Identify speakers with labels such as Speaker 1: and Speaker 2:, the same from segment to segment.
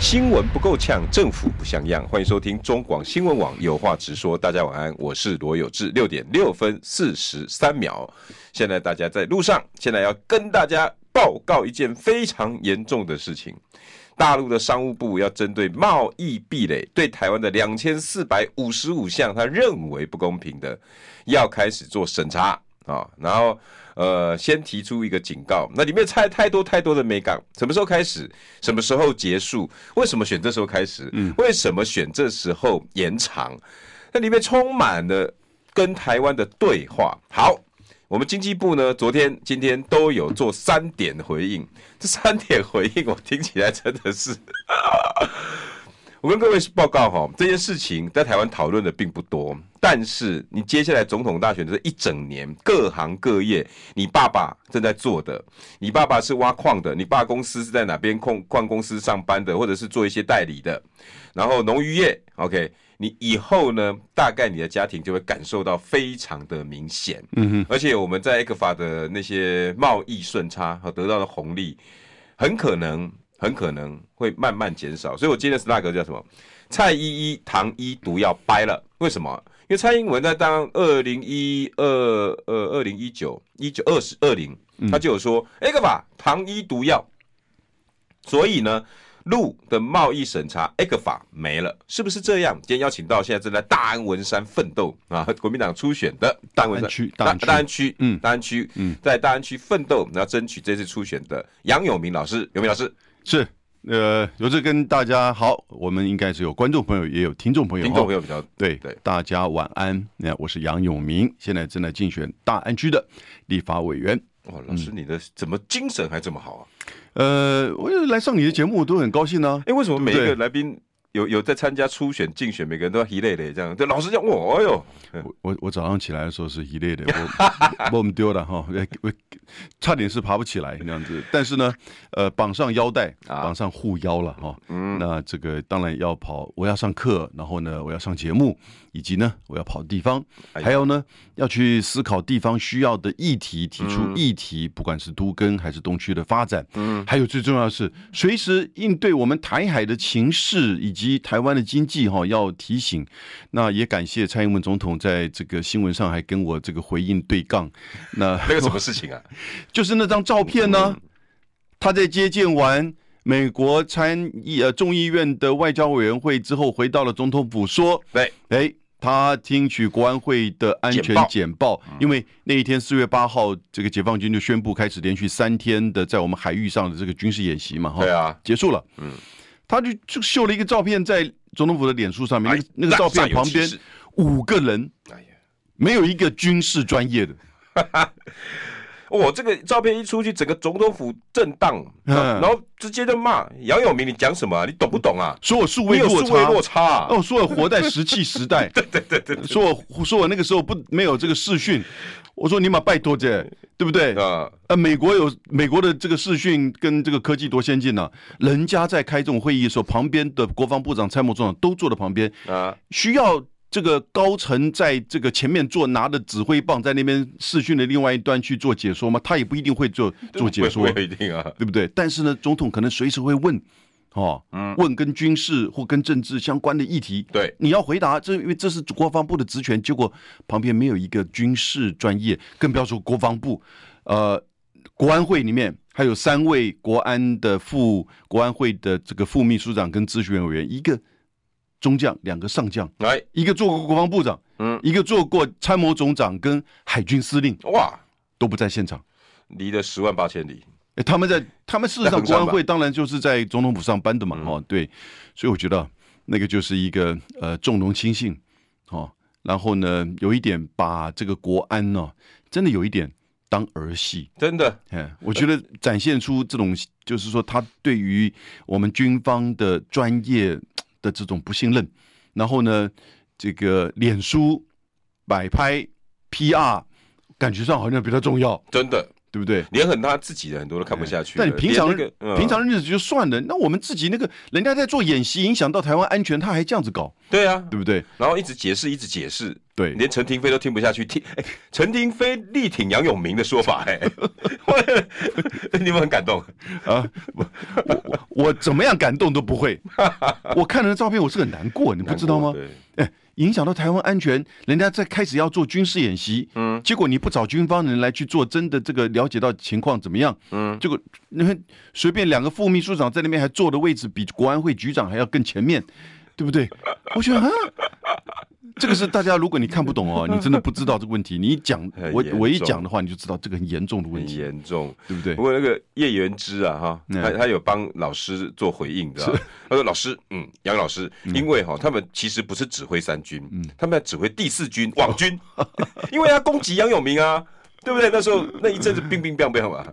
Speaker 1: 新闻不够呛，政府不像样。欢迎收听中广新闻网，有话直说。大家晚安，我是罗有志。六点六分四十三秒，现在大家在路上，现在要跟大家报告一件非常严重的事情。大陆的商务部要针对贸易壁垒对台湾的两千四百五十五项他认为不公平的，要开始做审查啊、然后呃先提出一个警告，那里面太太多太多的美感，什么时候开始，什么时候结束，为什么选这时候开始，为什么选这时候延长，那里面充满了跟台湾的对话。好，我们经济部呢，昨天、今天都有做三点回应。这三点回应，我听起来真的是，我跟各位报告哈，这件事情在台湾讨论的并不多，但是你接下来总统大选的这一整年，各行各业，你爸爸正在做的，你爸爸是挖矿的，你爸公司是在哪边矿矿公司上班的，或者是做一些代理的，然后农渔业，OK，你以后呢，大概你的家庭就会感受到非常的明显，嗯哼，而且我们在 A 克法的那些贸易顺差和得到的红利，很可能很可能会慢慢减少，所以我今天的 flag 叫什么？蔡依依、唐一毒要掰了，为什么？因为蔡英文在当二零一二呃二零一九一九二十二零，他就有说，哎、干嘛？唐一毒药所以呢，陆的贸易审查 A 克法没了，是不是这样？今天邀请到现在正在大安文山奋斗啊，国民党初选的大安文山
Speaker 2: 大安区
Speaker 1: 大
Speaker 2: 大安区
Speaker 1: 大安区，
Speaker 2: 嗯
Speaker 1: 大安区，嗯，在大安区奋斗，然后争取这次初选的杨永明老师，永明老师，
Speaker 2: 是，呃，有志跟大家好，我们应该是有观众朋友，也有听众朋友哦，
Speaker 1: 听众朋友比较
Speaker 2: 对
Speaker 1: 对
Speaker 2: 大家晚安。那我是杨永明，现在正在竞选大安区的立法委员。
Speaker 1: 哇，哦老
Speaker 2: 嗯
Speaker 1: 师你的怎么精神还这么好啊？
Speaker 2: 呃，我来上你的节目，我都很高兴呢、
Speaker 1: 哎，为什么每一
Speaker 2: 对
Speaker 1: 个来宾有有在参加初选竞选，每个人都要一累累这样？对，老师讲，哇，哎呦，
Speaker 2: 我我我早上起来的时候是一累的，我我们丢了哈，我我差点是爬不起来那样子。但是呢，呃，绑上腰带，
Speaker 1: 啊嗯
Speaker 2: 绑上护腰了哈。那这个当然要跑，我要上课，然后呢，我要上节目，以及呢，我要跑地方，
Speaker 1: 哎呀
Speaker 2: 还有呢，要去思考地方需要的议题，提
Speaker 1: 嗯
Speaker 2: 出议题，不管是都更还是东区的发展。嗯，还有最重要的是，随时应对我们台海的情势以及台湾的经济哈，要提醒。那也感谢蔡英文总统在这个新闻上还跟我这个回应对杠，那
Speaker 1: 那个什么事情啊？
Speaker 2: 就是那张照片呢，他在接见完美国参议呃众议院的外交委员会之后，回到了总统府说，
Speaker 1: 对，
Speaker 2: 哎，他听取国安会的安全
Speaker 1: 简报嗯
Speaker 2: 简报，因为那一天四月八号，这个解放军就宣布开始连续三天的在我们海域上的这个军事演习嘛，哈，
Speaker 1: 对啊，
Speaker 2: 结束了，嗯，他就就秀了一个照片在总统府的脸书上面，那个
Speaker 1: 哎
Speaker 2: 那个照
Speaker 1: 上
Speaker 2: 片
Speaker 1: 有
Speaker 2: 旁
Speaker 1: 其
Speaker 2: 边
Speaker 1: 事
Speaker 2: 五个人，
Speaker 1: 哎呀。
Speaker 2: 没有一个军事专业的，
Speaker 1: 我哦这个照片一出去，整个总统府震荡，
Speaker 2: 嗯
Speaker 1: 然后直接就骂杨永明，你讲什么啊、你懂不懂啊？
Speaker 2: 说我数
Speaker 1: 你
Speaker 2: 位
Speaker 1: 有
Speaker 2: 落
Speaker 1: 数位
Speaker 2: 差，
Speaker 1: 落差、啊。
Speaker 2: 哦，说我活在石器时代， 对对对对，说我说我那个时候不没有这个视讯，我说你妈拜托姐，对不对？
Speaker 1: 啊，
Speaker 2: 呃，美国有美国的这个视讯跟这个科技多先进呢、啊人家在开这种会议的时候，旁边的国防部长、参谋总长都坐在旁边，
Speaker 1: 啊，
Speaker 2: 需要这个高层在这个前面坐，拿着指挥棒在那边视讯的另外一端去做解说吗？他也不一定会做做解说
Speaker 1: 不，会一定啊。
Speaker 2: 对不对？但是呢，总统可能随时会问，哦，
Speaker 1: 嗯
Speaker 2: 问跟军事或跟政治相关的议题，
Speaker 1: 对
Speaker 2: 你要回答，这因为这是国防部的职权，结果旁边没有一个军事专业，更不要说国防部，呃，国安会里面还有三位国安的副国安会的这个副秘书长跟咨询委员，一个中将，两个上将，
Speaker 1: 来，
Speaker 2: 一个做过国防部长，
Speaker 1: 嗯，
Speaker 2: 一个做过参谋总长跟海军司令，
Speaker 1: 哇，
Speaker 2: 都不在现场。
Speaker 1: 离了十万八千里，
Speaker 2: 欸他们在他们事实
Speaker 1: 在
Speaker 2: 上
Speaker 1: 横
Speaker 2: 国安
Speaker 1: 山吧嗯
Speaker 2: 会当然就是在总统府上班的嘛，哦，对，所以我觉得那个就是一个呃重农轻信，哦，然后呢有一点把这个国安呢、真的有一点当儿戏，
Speaker 1: 真的
Speaker 2: 哎，我觉得展现出这种就是说他对于我们军方的专业的这种不信任，然后呢这个脸书摆拍 PR，感觉上好像比较重要，
Speaker 1: 真的，
Speaker 2: 对不对？
Speaker 1: 连很他自己的很多都看不下去了。
Speaker 2: 但你平常、
Speaker 1: 连那个嗯
Speaker 2: 平常日子就算了，那我们自己那个人家在做演习，影响到台湾安全，他还这样子搞，
Speaker 1: 对啊，
Speaker 2: 对不对？
Speaker 1: 然后一直解释，一直解释，
Speaker 2: 对
Speaker 1: 连陈廷飞都听不下去，听哎陈廷飞力挺杨永明的说法、哎， 我 你们很感动，
Speaker 2: 啊，我我我怎么样感动都不会。 我看了那照片，我是很难过，你不知道吗？
Speaker 1: 对，
Speaker 2: 哎，影响到台湾安全，人家在开始要做军事演习，嗯，结果你不找军方人来去做，真的这个了解到情况怎么样？嗯，结果你看随便两个副秘书长在那边还坐的位置比国安会局长还要更前面，对不对？我觉得啊。这个是大家，如果你看不懂哦，你真的不知道这个问题。你一讲
Speaker 1: 很，
Speaker 2: 我
Speaker 1: 严
Speaker 2: 我一
Speaker 1: 重
Speaker 2: 讲的话，你就知道这个很严重的问
Speaker 1: 很
Speaker 2: 题，
Speaker 1: 严重。
Speaker 2: 对不对
Speaker 1: 不？过那个叶元之啊，哈，
Speaker 2: 嗯
Speaker 1: 他他有帮老师做回应的啊、他说：“老师，嗯，杨老师，因为哈，他们其实不是指挥三军，
Speaker 2: 嗯
Speaker 1: 他们要指挥第四军网军， 因为他攻击杨永明啊，对不对？那时候那一阵子冰冰冰冰嘛，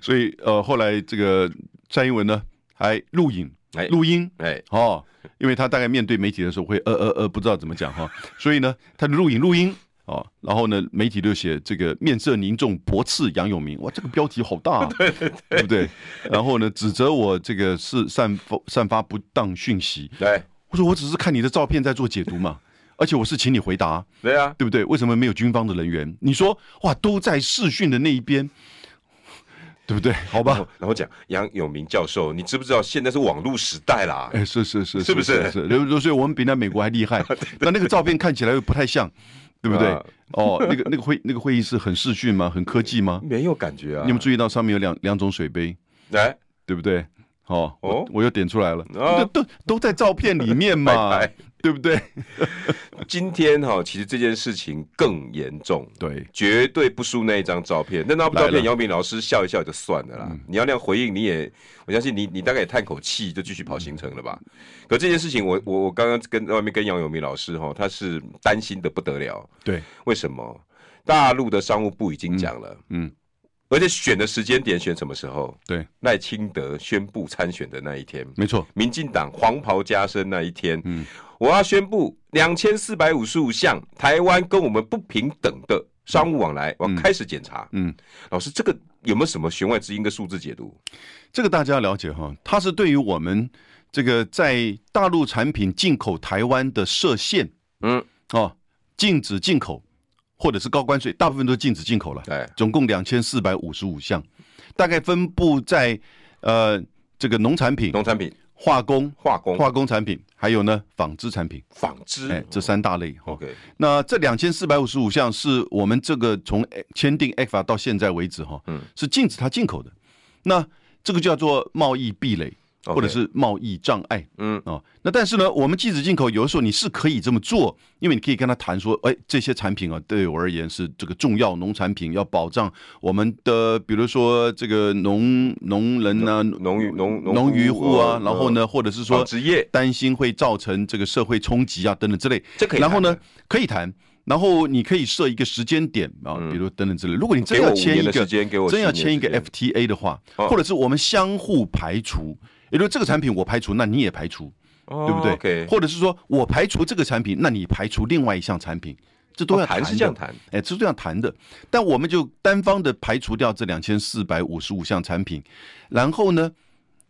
Speaker 2: 所以呃，后来这个蔡英文呢还录影
Speaker 1: 哎、
Speaker 2: 录音
Speaker 1: 哎，
Speaker 2: 哦，因为他大概面对媒体的时候会呃呃呃不知道怎么讲哈、所以呢他录影录音。哦，然后呢，媒体就写这个面色凝重，驳斥杨永明，哇，这个标题好大、啊， 对对对，不对？然后呢，指责我这个是散发散发不当讯息，
Speaker 1: 对
Speaker 2: 我说我只是看你的照片在做解读嘛，而且我是请你回答，
Speaker 1: 对啊，
Speaker 2: 对不对？为什么没有军方的人员？你说哇，都在视讯的那一边，对不对？好吧
Speaker 1: 然，后然后讲杨永明教授，你知不知道现在是网络时代啦？
Speaker 2: 哎，是是是，
Speaker 1: 是不是
Speaker 2: 是是，对所以我们比那美国还 厉害。那那个照片看起来又不太像，对不对
Speaker 1: 啊？
Speaker 2: 哦，那个那个会那个会议室很视讯吗？很科技吗？
Speaker 1: 没有感觉啊？
Speaker 2: 你有没有注意到上面有两两种水杯，
Speaker 1: 来，
Speaker 2: 对不对？哦，
Speaker 1: 哦
Speaker 2: 我我又点出来了，
Speaker 1: 啊哎
Speaker 2: 都都都在照片里 面嘛
Speaker 1: 拜拜，
Speaker 2: 对不对？
Speaker 1: 今天哈，其实这件事情更严重，
Speaker 2: 对，
Speaker 1: 绝对不输那一张照片。那张照
Speaker 2: 来
Speaker 1: 片，
Speaker 2: 了嗯
Speaker 1: 姚明老师笑一笑就算了啦。你要那样回应，你也，我相信你，你大概也叹口气，就继续跑行程了吧。可这件事情我，我我刚刚跟外面跟杨永明老师哈，他是担心的不得了。
Speaker 2: 对，
Speaker 1: 为什么？大陆的商务部已经讲了，
Speaker 2: 嗯嗯
Speaker 1: 而且选的时间点选什么时候？
Speaker 2: 对，
Speaker 1: 赖清德宣布参选的那一天，
Speaker 2: 没错，
Speaker 1: 民进党黄袍加身那一天，嗯，我要宣布两千四百五十五项台湾跟我们不平等的商务往来，我要开始检查。
Speaker 2: 嗯，
Speaker 1: 老师，这个有没有什么弦外之音跟数字解读？
Speaker 2: 这个大家了解哈，它是对于我们这个在大陆产品进口台湾的设限，
Speaker 1: 嗯，
Speaker 2: 哦，禁止进口或者是高关税，大部分都禁止进口了。
Speaker 1: 哎，
Speaker 2: 总共两千四百五十五项，大概分布在呃这个农产品、
Speaker 1: 农产品、
Speaker 2: 化工、
Speaker 1: 化工、
Speaker 2: 化工产品，还有呢纺织产品，
Speaker 1: 纺织、
Speaker 2: 哎，这三大类。哦
Speaker 1: OK，
Speaker 2: 那这两千四百五十五项是我们这个从呃签订 ECFA 到现在为止哈，
Speaker 1: 嗯
Speaker 2: 是禁止它进口的。那这个叫做贸易壁垒，
Speaker 1: OK
Speaker 2: 或者是贸易障碍。
Speaker 1: 嗯
Speaker 2: 哦，那但是呢，我们禁止进口，有的时候你是可以这么做，因为你可以跟他谈说，哎，这些产品啊，对我而言是这个重要农产品，要保障我们的，比如说这个农农人啊，
Speaker 1: 农渔农
Speaker 2: 农渔户啊，然后，呢，
Speaker 1: 呃
Speaker 2: 或者是
Speaker 1: 纺
Speaker 2: 说
Speaker 1: 织业
Speaker 2: 担心会造成这个社会冲击啊，等等之类。
Speaker 1: 这可以
Speaker 2: 然后呢
Speaker 1: 谈的，
Speaker 2: 可以谈。然后你可以设一个时间点啊，比如等等之类。如果你真
Speaker 1: 给我
Speaker 2: 要
Speaker 1: 五
Speaker 2: 签
Speaker 1: 年
Speaker 2: 一
Speaker 1: 的
Speaker 2: 个
Speaker 1: 时，嗯间给我
Speaker 2: 真要
Speaker 1: 十年
Speaker 2: 签一
Speaker 1: 的
Speaker 2: 个
Speaker 1: 时间
Speaker 2: FTA 的话，
Speaker 1: 哦
Speaker 2: 或者是我们相互排除，也就是这个产品我排除，那你也排除，
Speaker 1: 哦
Speaker 2: 对不对？
Speaker 1: ？OK，
Speaker 2: 或者是说我排除这个产品，那你排除另外一项产品，这都要
Speaker 1: 哦谈
Speaker 2: 的
Speaker 1: 是这样谈，
Speaker 2: 哎，这是这样谈的。但我们就单方的排除掉这两千四百五十五项产品，然后呢，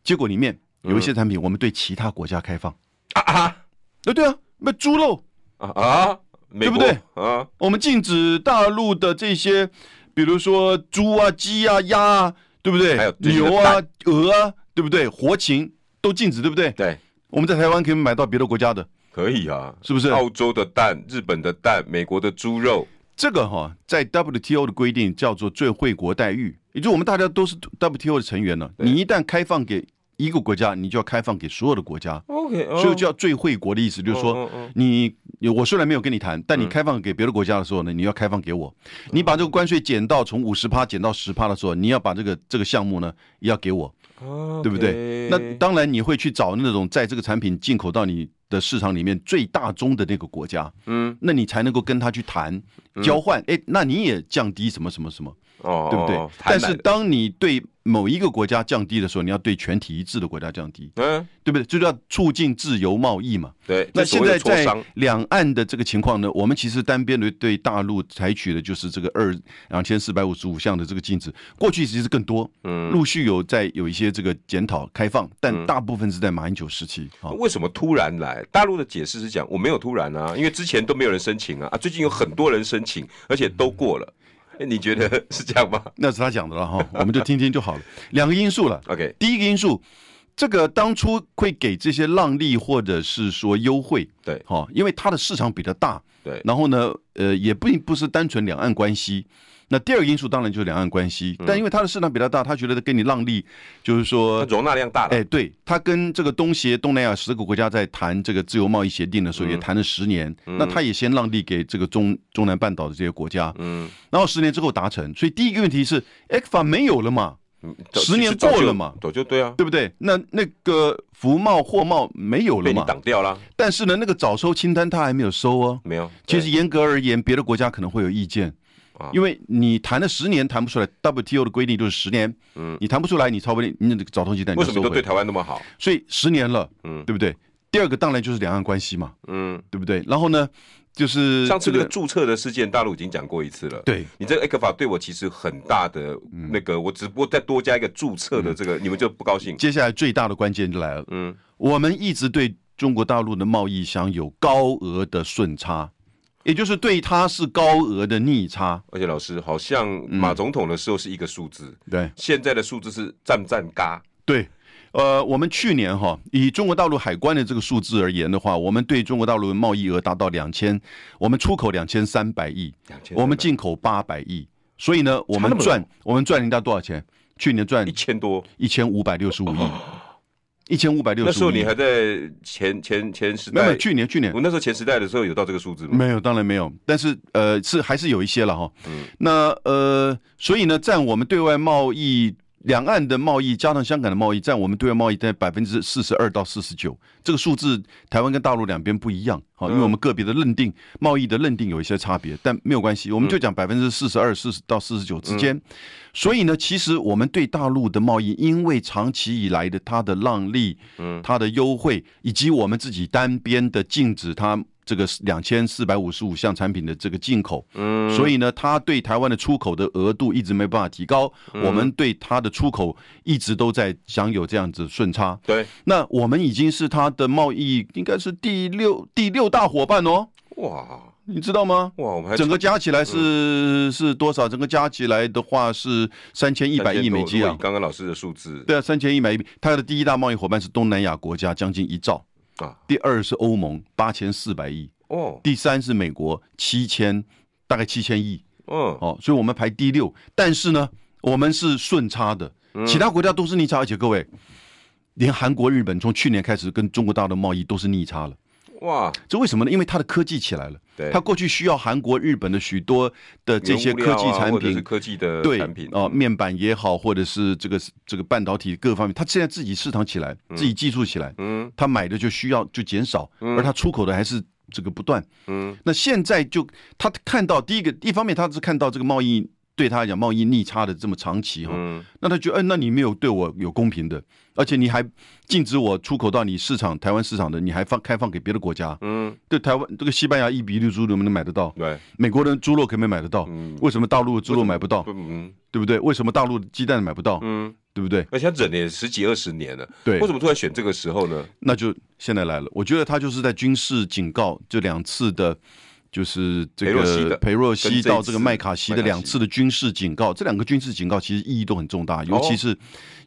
Speaker 2: 结果里面有一
Speaker 1: 嗯
Speaker 2: 些产品我们对其他国家开放，
Speaker 1: 啊
Speaker 2: 呃，对啊，那猪肉
Speaker 1: 啊啊，美国
Speaker 2: 对
Speaker 1: 啊？
Speaker 2: 我们禁止大陆的这些，比如说猪啊、鸡啊、鸭啊，对不对？
Speaker 1: 还有最近的
Speaker 2: 牛啊、鹅啊，对不对？活禽都禁止，对不对？
Speaker 1: 对，
Speaker 2: 我们在台湾可以买到别的国家的，
Speaker 1: 可以啊，
Speaker 2: 是不是？
Speaker 1: 澳洲的蛋、日本的蛋、美国的猪肉，
Speaker 2: 这个哈、在 WTO 的规定叫做最惠国待遇，也就是我们大家都是 WTO 的成员了。
Speaker 1: 对
Speaker 2: 你一旦开放给一个国家，你就要开放给所有的国家，
Speaker 1: OK，
Speaker 2: 所以叫最惠国的意思，就
Speaker 1: 嗯
Speaker 2: 是说
Speaker 1: 嗯嗯
Speaker 2: 你我虽然没有跟你谈，但你开放给别的国家的时候呢，你要开放给我。你把这个关税减到从五十趴减到十趴的时候，你要把这个这个项目呢也要给我，对不对？那当然你会去找那种在这个产品进口到你的市场里面最大宗的那个国家。
Speaker 1: 嗯
Speaker 2: 那你才能够跟他去谈交换。哎、那你也降低什么什么什么，
Speaker 1: 哦，
Speaker 2: 对不对？
Speaker 1: 哦
Speaker 2: 但是当你对某一个国家降低的时候，你要对全体一致的国家降低，
Speaker 1: 嗯，
Speaker 2: 对不对？这就叫促进自由贸易嘛。
Speaker 1: 对。
Speaker 2: 那
Speaker 1: 这所
Speaker 2: 现
Speaker 1: 谓
Speaker 2: 在
Speaker 1: 的磋
Speaker 2: 在
Speaker 1: 商，
Speaker 2: 两岸的这个情况呢，我们其实单边的对大陆采取的就是这个二两千四百五十五项的这个禁止，过去其实更多，嗯，陆续有在有一些这个检讨开放，
Speaker 1: 嗯
Speaker 2: 但大部分是在马英九时期啊。
Speaker 1: 为什么突然来？大陆的解释是讲我没有突然啊，因为之前都没有人申请啊，啊，最近有很多人申请，而且都过了。哎你觉得 是这样吗
Speaker 2: 那是他讲的了哈， 我们就听听就好了。两个因素了，
Speaker 1: ？OK，
Speaker 2: 第一个因素，这个当初会给这些让利或者是说优惠，
Speaker 1: 对
Speaker 2: 哈、因为它的市场比较大，
Speaker 1: 对，
Speaker 2: 然后呢，呃，也并不是单纯两岸关系。那第二个因素当然就是两岸关系，
Speaker 1: 嗯
Speaker 2: 但因为它的市场比较大，他觉得跟你让利，就是
Speaker 1: 那
Speaker 2: 说，
Speaker 1: 容纳量大了，
Speaker 2: 哎，对，他跟这个东协、东南亚十个国家在谈这个自由贸易协定的时候，
Speaker 1: 嗯
Speaker 2: 也谈了十年，那他也先让利给这个中中南半岛的这些国家，
Speaker 1: 嗯，
Speaker 2: 然后十年之后达成。所以第一个问题是 e 法没有了嘛，
Speaker 1: 嗯
Speaker 2: 十年
Speaker 1: 其实早就
Speaker 2: 过了嘛
Speaker 1: 早就对啊，
Speaker 2: 对不对？那那个服贸、货贸没有了
Speaker 1: 被你
Speaker 2: 嘛？
Speaker 1: 挡掉了，
Speaker 2: 但是呢，那个早收清单他还没有收哦。
Speaker 1: 没有？
Speaker 2: 其实严格而言，别的国家可能会有意见
Speaker 1: 啊，
Speaker 2: 因为你谈了十年谈不出来，WTO 的规定就是十年，
Speaker 1: 嗯
Speaker 2: 你谈不出来，你超不了你那个早收清单
Speaker 1: 对
Speaker 2: 你
Speaker 1: 为
Speaker 2: 就
Speaker 1: 什么都
Speaker 2: 收
Speaker 1: 对
Speaker 2: 回。
Speaker 1: 台湾那么好？
Speaker 2: 所以十年了，
Speaker 1: 嗯
Speaker 2: 对不对？第二个当然就是两岸关系嘛，
Speaker 1: 嗯，
Speaker 2: 对不对？然后呢，就是
Speaker 1: 上次那
Speaker 2: 这
Speaker 1: 个
Speaker 2: 个
Speaker 1: 注册的事件，大陆已经讲过一次了。
Speaker 2: 对
Speaker 1: 你这个 A 法对我其实很大的
Speaker 2: 嗯
Speaker 1: 那个，我只不过再多加一个注册的这个，你们就不高兴。
Speaker 2: 接下来最大的关键就来了，
Speaker 1: 嗯，
Speaker 2: 我们一直对中国大陆的贸易享有高额的顺差，也就是对它是高额的逆差，
Speaker 1: 而且老师好像马总统的时候是一个数字，
Speaker 2: 对。
Speaker 1: 现在的数字是站站嘎。
Speaker 2: 对，呃，我们去年哈，以中国大陆海关的这个数字而言的话，我们对中国大陆的贸易额达到两千，我们出口两千三百亿，
Speaker 1: 2300
Speaker 2: 我们进口八百亿，所以呢，我们
Speaker 1: 那么
Speaker 2: 赚我们赚人家多少钱？去年赚
Speaker 1: 一千多，
Speaker 2: 一千五百六十五亿，一千五百六
Speaker 1: 那时
Speaker 2: 十
Speaker 1: 候
Speaker 2: 五
Speaker 1: 你
Speaker 2: 亿
Speaker 1: 还。在前前前时
Speaker 2: 没有
Speaker 1: 代
Speaker 2: 没有，，去年去年
Speaker 1: 我那时候前时代的时候有到这个数字吗？
Speaker 2: 没有，当然没有，但是呃，是还是有一些了哈。那呃，所以呢，占我们对外贸易。两岸的贸易加上香港的贸易，占我们对外贸易在百分之四十二到四十九，这个数字台湾跟大陆两边不一样，好，因为我们个别的认定贸易的认定有一些差别，但没有关系，我们就讲百分之四十二、四十到四十九之间。所以呢，其实我们对大陆的贸易，因为长期以来的它的让利，嗯，它的优惠，以及我们自己单边的禁止它这个两千四百五十五项产品的这个进口，嗯，所以呢，它对台湾的出口的额度一直没办法提高，我们对它的出口一直都在享有这样子顺差。
Speaker 1: 对，
Speaker 2: 那我们已经是它的贸易应该是第六第六大伙伴哦，
Speaker 1: 哇
Speaker 2: 你知道吗？
Speaker 1: 哇，我们还
Speaker 2: 整个加起来是、是多少？整个加起来的话是三千一百亿美金
Speaker 1: 如果
Speaker 2: 啊
Speaker 1: 以！刚刚老师的数字
Speaker 2: 对啊，三千一百亿。它的第一大贸易伙伴是东南亚国家，将近一兆；
Speaker 1: 啊，
Speaker 2: 第二是欧盟，八千四百亿；
Speaker 1: 哦，
Speaker 2: 第三是美国，七千，大概七千亿。
Speaker 1: 嗯，
Speaker 2: 哦，所以我们排第六。但是呢，我们是顺差的，
Speaker 1: 嗯
Speaker 2: 其他国家都是逆差。而且各位，连韩国、日本从去年开始跟中国大陆的贸易都是逆差了。
Speaker 1: 哇，
Speaker 2: 这为什么呢？因为它的科技起来了，
Speaker 1: 对
Speaker 2: 它过去需要韩国、日本的许多的这些
Speaker 1: 原物
Speaker 2: 科
Speaker 1: 料啊
Speaker 2: 技产
Speaker 1: 或者是
Speaker 2: 品，
Speaker 1: 科技的
Speaker 2: 对
Speaker 1: 产品
Speaker 2: 哦，面板也好，或者是这个这个半导体各方面，它现在自己市场起来，自己技术起来，
Speaker 1: 嗯，
Speaker 2: 它买的就需要就减少，而它出口的还是这个不断，
Speaker 1: 嗯，
Speaker 2: 那现在就他看到第一个，一方面他是看到这个贸易对他来讲贸易逆差的这么长期哈，
Speaker 1: 嗯
Speaker 2: 那他觉得，嗯、那你没有对我有公平的，而且你还禁止我出口到你市场台湾市场的，你还放开放给别的国家，
Speaker 1: 嗯，
Speaker 2: 对台湾这个西班牙一比六猪能不能买得到？
Speaker 1: 对，
Speaker 2: 美国人猪肉可不可以买得到？
Speaker 1: 嗯，
Speaker 2: 为什么大陆的猪肉买不到？
Speaker 1: 嗯
Speaker 2: 对不对？为什么大陆的鸡蛋买不到？
Speaker 1: 嗯，
Speaker 2: 对不对？
Speaker 1: 而且他忍了也十几二十年了，
Speaker 2: 对
Speaker 1: 为什么突然选这个时候呢？
Speaker 2: 那就现在来了。我觉得他就是在军事警告这两次的，就是这
Speaker 1: 裴洛西的
Speaker 2: 个裴若
Speaker 1: 跟这
Speaker 2: 曦
Speaker 1: 一次
Speaker 2: 到这个麦卡锡
Speaker 1: 麦
Speaker 2: 的
Speaker 1: 卡锡
Speaker 2: 两次的军事警告，这两个军事警告其实意义都很重大，尤
Speaker 1: 哦
Speaker 2: 其是、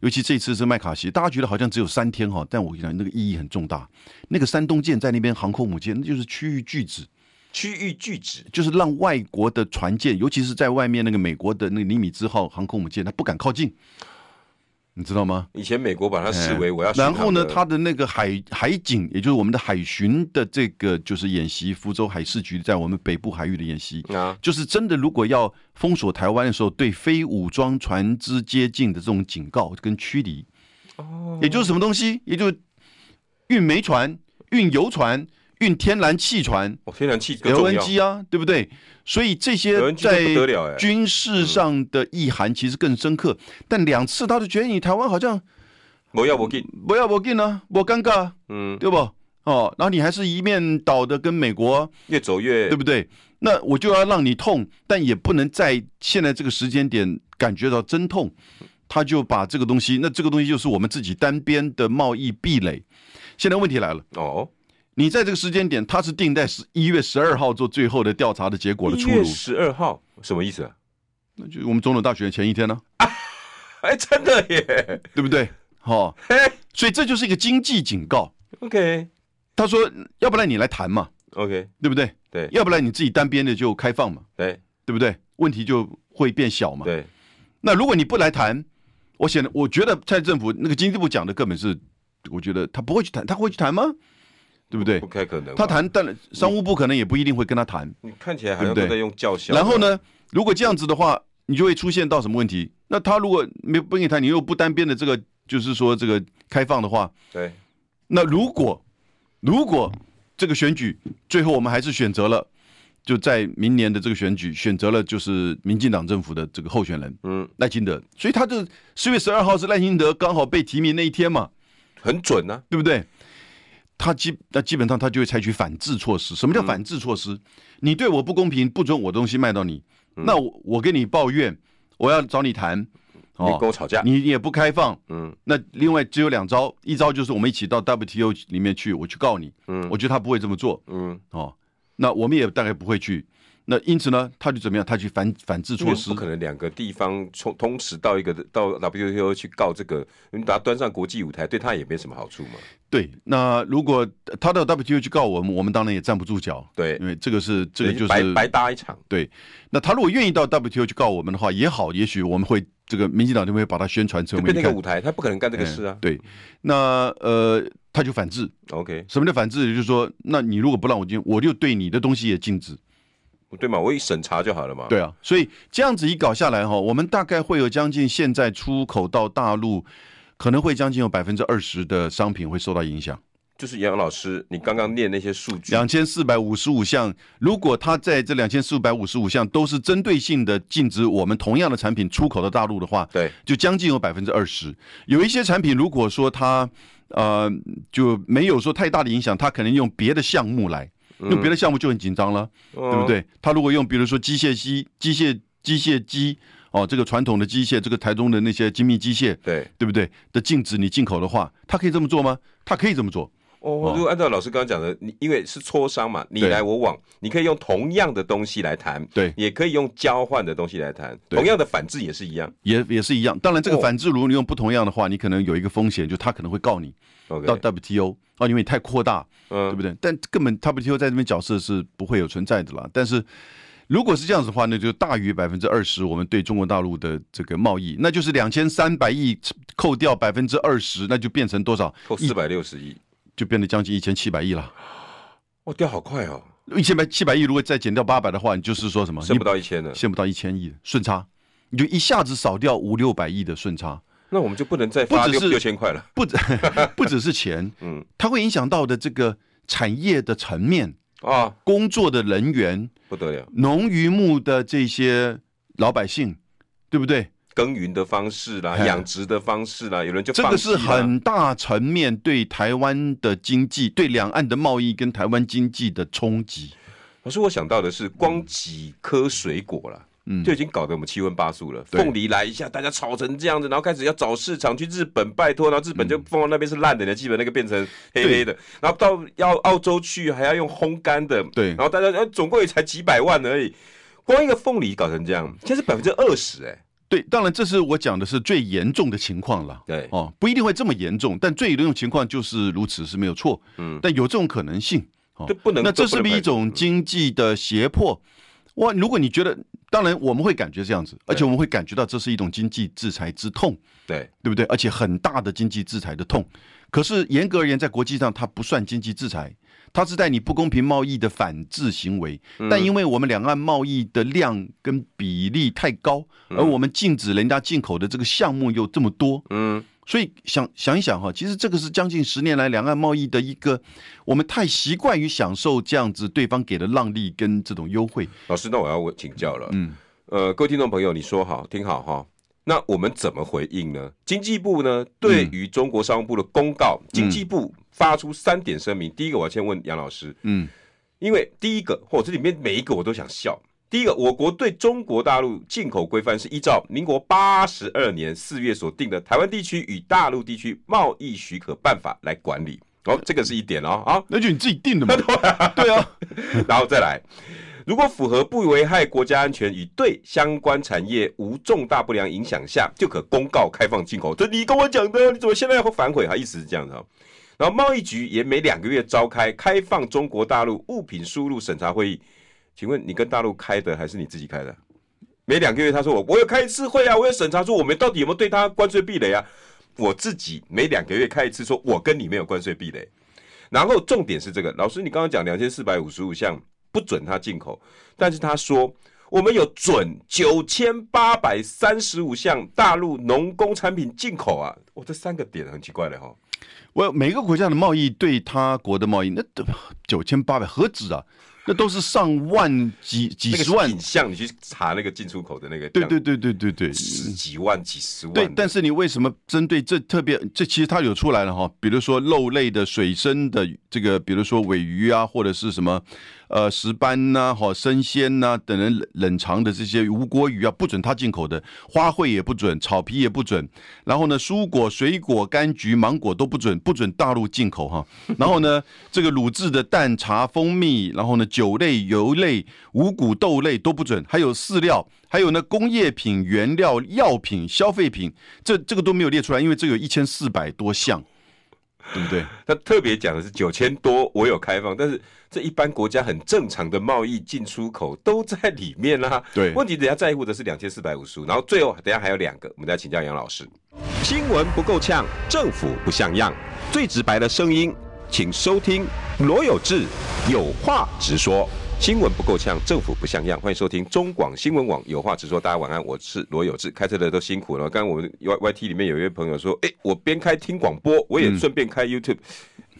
Speaker 2: 尤其这次是麦卡锡，大家觉得好像只有三天哈，但我跟你讲，那个意义很重大。那个山东舰在那边航空母舰，那就是区域拒止。
Speaker 1: 区域拒止，
Speaker 2: 就是让外国的船舰，尤其是在外面那个美国的那个尼米兹号航空母舰，它不敢靠近，你知道吗？
Speaker 1: 以前美国把它视为我要巡
Speaker 2: 哎嗯然后呢，
Speaker 1: 航
Speaker 2: 它的那个海海警，也就是我们的海巡的这个就是演习，福州海事局在我们北部海域的演习，
Speaker 1: 的啊，
Speaker 2: 就是真的如果要封锁台湾的时候，对非武装船只接近的这种警告跟驱离，
Speaker 1: 哦，
Speaker 2: 也就是什么东西，也就是运煤船、运油船、运天然气船
Speaker 1: 哦，天然气更重要。
Speaker 2: LNG 啊，对不对？所以这些
Speaker 1: LNG
Speaker 2: 在
Speaker 1: 都不得了哎
Speaker 2: 军事上的意涵其实更深刻。但两次他就觉得哎你台湾好像
Speaker 1: 我要我给，
Speaker 2: 不要不进啊，我尴尬啊，
Speaker 1: 嗯，
Speaker 2: 对不？哦，然后你还是一面倒的跟美国啊
Speaker 1: 越走越
Speaker 2: 对不对？那我就要让你痛，但也不能在现在这个时间点感觉到真痛。他就把这个东西，那这个东西就是我们自己单边的贸易壁垒。现在问题来了，
Speaker 1: 哦，
Speaker 2: 你在这个时间点，他是定在十一月十二号做最后的调查的结果的
Speaker 1: 一
Speaker 2: 出炉
Speaker 1: 月，十二号什么意思啊？
Speaker 2: 那就我们总统大选前一天呢、
Speaker 1: 哎，真的耶
Speaker 2: 对不对？好、哦，所以这就是一个经济警告。
Speaker 1: ，OK
Speaker 2: 他说，要不然你来谈嘛，
Speaker 1: OK，
Speaker 2: 对不对？
Speaker 1: 对
Speaker 2: 要不然你自己单边的就开放嘛，
Speaker 1: 对
Speaker 2: 对不对？问题就会变小嘛。
Speaker 1: 对，
Speaker 2: 那如果你不来谈，我显得我觉得蔡政府那个经济部讲的根本是，我觉得他不会去谈，他会去谈吗？对不对
Speaker 1: 不？太可能吧。
Speaker 2: 他谈，但商务部可能也不一定会跟他谈。
Speaker 1: 你看起来好像
Speaker 2: 对
Speaker 1: 都
Speaker 2: 不对
Speaker 1: 在用叫嚣。
Speaker 2: 然后？呢，如果这样子的话，你就会出现到什么问题？那他如果没有不跟你谈，你又不单边的这个，就是说这个开放的话，
Speaker 1: 对，
Speaker 2: 那如果如果这个选举最后我们还是选择了，就在明年的这个选举选择了就是民进党政府的这个候选人，
Speaker 1: 嗯，
Speaker 2: 赖清德，所以他的四月十二号是赖清德刚好被提名那一天嘛，
Speaker 1: 很准啊。
Speaker 2: 对不对？他基那基本上他就会采取反制措施。什么叫反制措施？你对我不公平，不准我东西卖到你，那我我跟你抱怨，我要找你谈，哦
Speaker 1: 你跟我吵架，
Speaker 2: 你也不开放，
Speaker 1: 嗯，
Speaker 2: 那另外只有两招，一招就是我们一起到 WTO 里面去，我去告你，
Speaker 1: 嗯
Speaker 2: 我觉得他不会这么做
Speaker 1: 嗯，
Speaker 2: 哦，那我们也大概不会去，那因此呢，他就怎么样，他去反反制
Speaker 1: 因为
Speaker 2: 措施
Speaker 1: 不，可能两个地方同同时到一个到 WTO 去告这个，你把它端上国际舞台，对他也没什么好处嘛。
Speaker 2: 对，那如果他到 WTO 去告我们，我们当然也站不住脚，
Speaker 1: 对
Speaker 2: 因，为这个是嗯这个
Speaker 1: 等于
Speaker 2: 就是
Speaker 1: 白白搭一场。
Speaker 2: 对。那他如果愿意到 WTO 去告我们的话，也好，也许我们会这个民进党就会把它宣传
Speaker 1: 就
Speaker 2: 成为
Speaker 1: 变
Speaker 2: 你
Speaker 1: 那个
Speaker 2: 看
Speaker 1: 舞台，他不可能干这个
Speaker 2: 哎
Speaker 1: 事啊。
Speaker 2: 对，那呃，他就反制。
Speaker 1: OK，
Speaker 2: 什么叫反制？就是说，那你如果不让我进，我就对你的东西也禁止。
Speaker 1: 对嘛，我一审查就好了嘛。，
Speaker 2: 对啊，所以这样子一搞下来哈，我们大概会有将近现在出口到大陆，可能会将近有百分之二十的商品会受到影响。
Speaker 1: 就是杨老师，你刚刚念那些数据，
Speaker 2: 两千四百五十五项，如果它在这两千四百五十五项都是针对性的禁止我们同样的产品出口到大陆的话，
Speaker 1: 对，
Speaker 2: 就将近有百分之二十。有一些产品，如果说它呃就没有说太大的影响，它可能用别的项目来，
Speaker 1: 嗯
Speaker 2: 用别的项目就很紧张了，对
Speaker 1: 对
Speaker 2: 不？对？它如果用比如说机械机、机械机械机哦，这个传统的机械，这个台中的那些精密机械，
Speaker 1: 对，
Speaker 2: 对不对？的禁止你进口的话，它可以这么做吗？它可以这么做。
Speaker 1: 哦，如果按照老师刚刚讲的，你因为是磋商嘛，你
Speaker 2: 对
Speaker 1: 来我往，你可以用同样的东西来谈，
Speaker 2: 对
Speaker 1: 也可以用交换的东西来谈，
Speaker 2: 对
Speaker 1: 同样的反制也是一样。
Speaker 2: 也也是一样。当然，这个
Speaker 1: 哦
Speaker 2: 反制如果你用不同样的话，你可能有一个风险，就他可能会告你
Speaker 1: OK，
Speaker 2: 到 WTO 啊，因为你太扩大，对
Speaker 1: 嗯
Speaker 2: 不对？但根本 WTO 在这边角色是不会有存在的啦。但是如果是这样子的话，那就大于百分之二十我们对中国大陆的这个贸易，那就是两千三百亿扣掉百分之二十，那就变成多少？
Speaker 1: 扣四百六十亿，
Speaker 2: 就变得将近一千七百亿了。
Speaker 1: 哇，掉好快哦，
Speaker 2: 一千百七百亿，如果再减掉八百的话，你就是说什么？
Speaker 1: 剩不到一千了
Speaker 2: 你，，剩不到一千亿的顺差，你就一下子少掉五六百亿的顺差。
Speaker 1: 那我们就不能再发
Speaker 2: 不只
Speaker 1: 六
Speaker 2: 是
Speaker 1: 六千块了。
Speaker 2: 不止 不只是钱，
Speaker 1: 嗯
Speaker 2: 嗯，它会影响到的这个产业的层面、
Speaker 1: 啊，
Speaker 2: 工作的人员、
Speaker 1: 不得了，
Speaker 2: 农渔牧的这些老百姓，对不对？
Speaker 1: 耕耘的方式啦，
Speaker 2: 哎
Speaker 1: 养殖的方式啦，有人就
Speaker 2: 这
Speaker 1: 放
Speaker 2: 个
Speaker 1: 弃
Speaker 2: 是
Speaker 1: 啦
Speaker 2: 很大层面对台湾的经济、对两岸的贸易跟台湾经济的冲击。
Speaker 1: 老师，我想到的是，光几颗水果啦，嗯，就已经搞得我们七荤八素了。
Speaker 2: 对
Speaker 1: 凤梨来一下，大家炒成这样子，然后开始要找市场去日本拜托，然后日本
Speaker 2: 嗯
Speaker 1: 就凤凰那边是烂的，基本那个变成黑黑的，然后到要澳洲去还要用烘干的，
Speaker 2: 对
Speaker 1: 然后大家呃总共也才几百万而已，光一个凤梨搞成这样，现在是百分之二十，哎，
Speaker 2: 对，当然这是我讲的是最严重的情况了。
Speaker 1: 对
Speaker 2: 哦，不一定会这么严重，但最严重的情况就是如此是没有错。
Speaker 1: 嗯，
Speaker 2: 但有这种可能性。哦
Speaker 1: 这不能
Speaker 2: 那这
Speaker 1: 不
Speaker 2: 是
Speaker 1: 能
Speaker 2: 不是
Speaker 1: 排
Speaker 2: 一
Speaker 1: 除嗯
Speaker 2: 种经济的胁迫？哇，如果你觉得，当然我们会感觉这样子，而且我们会感觉到这是一种经济制裁之痛，
Speaker 1: 对，
Speaker 2: 对不对？而且很大的经济制裁的痛。可是严格而言，在国际上它不算经济制裁，它是在你不公平贸易的反制行为。但因为我们两岸贸易的量嗯跟比例太高，而我们禁止人家进口的这个项目又这么多，
Speaker 1: 嗯，
Speaker 2: 所以想想一想哈，其实这个是将近十年来两岸贸易的一个，我们太习惯于享受这样子对方给的让利跟这种优惠。
Speaker 1: 老师，那我要问请教了，
Speaker 2: 嗯，
Speaker 1: 呃，各位听众朋友，你说好，听好哈。那我们怎么回应呢？经济部呢，对于中国商务部的公告，经济部发出三点声明。第一个，我要先问杨老师，
Speaker 2: 嗯，
Speaker 1: 因为第一个，嚯、这里面每一个我都想笑。第一个，我国对中国大陆进口规范是依照民国八十二年四月所定的《台湾地区与大陆地区贸易许可办法》来管理。哦，这个是一点哦，啊，
Speaker 2: 那就你自己定的嘛。对啊，
Speaker 1: 然后再来，如果符合不危害国家安全与对相关产业无重大不良影响下，就可公告开放进口。这你跟我讲的，你怎么现在会反悔？啊？意思是这样的哦。然后贸易局也每两个月召开开放中国大陆物品输入审查会议。请问你跟大陆开的还是你自己开的？每两个月他说我我有开一次会啊，我有审查说我们到底有没有对他关税壁垒啊？我自己每两个月开一次，说我跟你没有关税壁垒。啊然后重点是这个，老师你刚刚讲两千四百五十五项不准他进口，但是他说我们有准九千八百三十五项大陆农工产品进口啊，我这三个点很奇怪的哈。
Speaker 2: 我每个国家的贸易对他国的贸易，那九千八百何止啊？那都是上万几几
Speaker 1: 那个
Speaker 2: 十万
Speaker 1: 品，项你去查那个进出口的那个，
Speaker 2: 对对对对对对。
Speaker 1: 十几万、几十万的。
Speaker 2: 对，但是你为什么针对这特别？这其实它有出来了哈，比如说肉类的、水生的这个，比如说尾鱼啊，或者是什么呃石斑呐、哈生鲜呐、等人冷冷藏的这些无锅鱼啊，不准它进口的，花卉也不准，草皮也不准，然后呢，蔬果、水果、柑橘、芒果都不准，不准大陆进口哈。然后 呢，这个乳制的蛋、茶、蜂蜜，然后呢，酒类、油类、五谷豆类都不准，还有饲料，还有呢，工业品、原料、药品、消费品，这这个都没有列出来，因为这有一千四百多项，对不对？
Speaker 1: 他特别讲的是九千多，我有开放，但是这一般国家很正常的贸易进出口都在里面啦、
Speaker 2: 对
Speaker 1: 问题等下在乎的是两千四百五十五，然后最后等下还有两个，我们再请教杨老师。新闻不够呛，政府不像样，最直白的声音，请收听罗有志有话直说。新闻不够呛，政府不像样。欢迎收听中广新闻网有话直说。大家晚安，我是罗有志。开车的都辛苦了。刚刚我们 Y Y T 里面有一位朋友说，哎、我边开听广
Speaker 2: 嗯
Speaker 1: 播，我也顺便开 YouTube、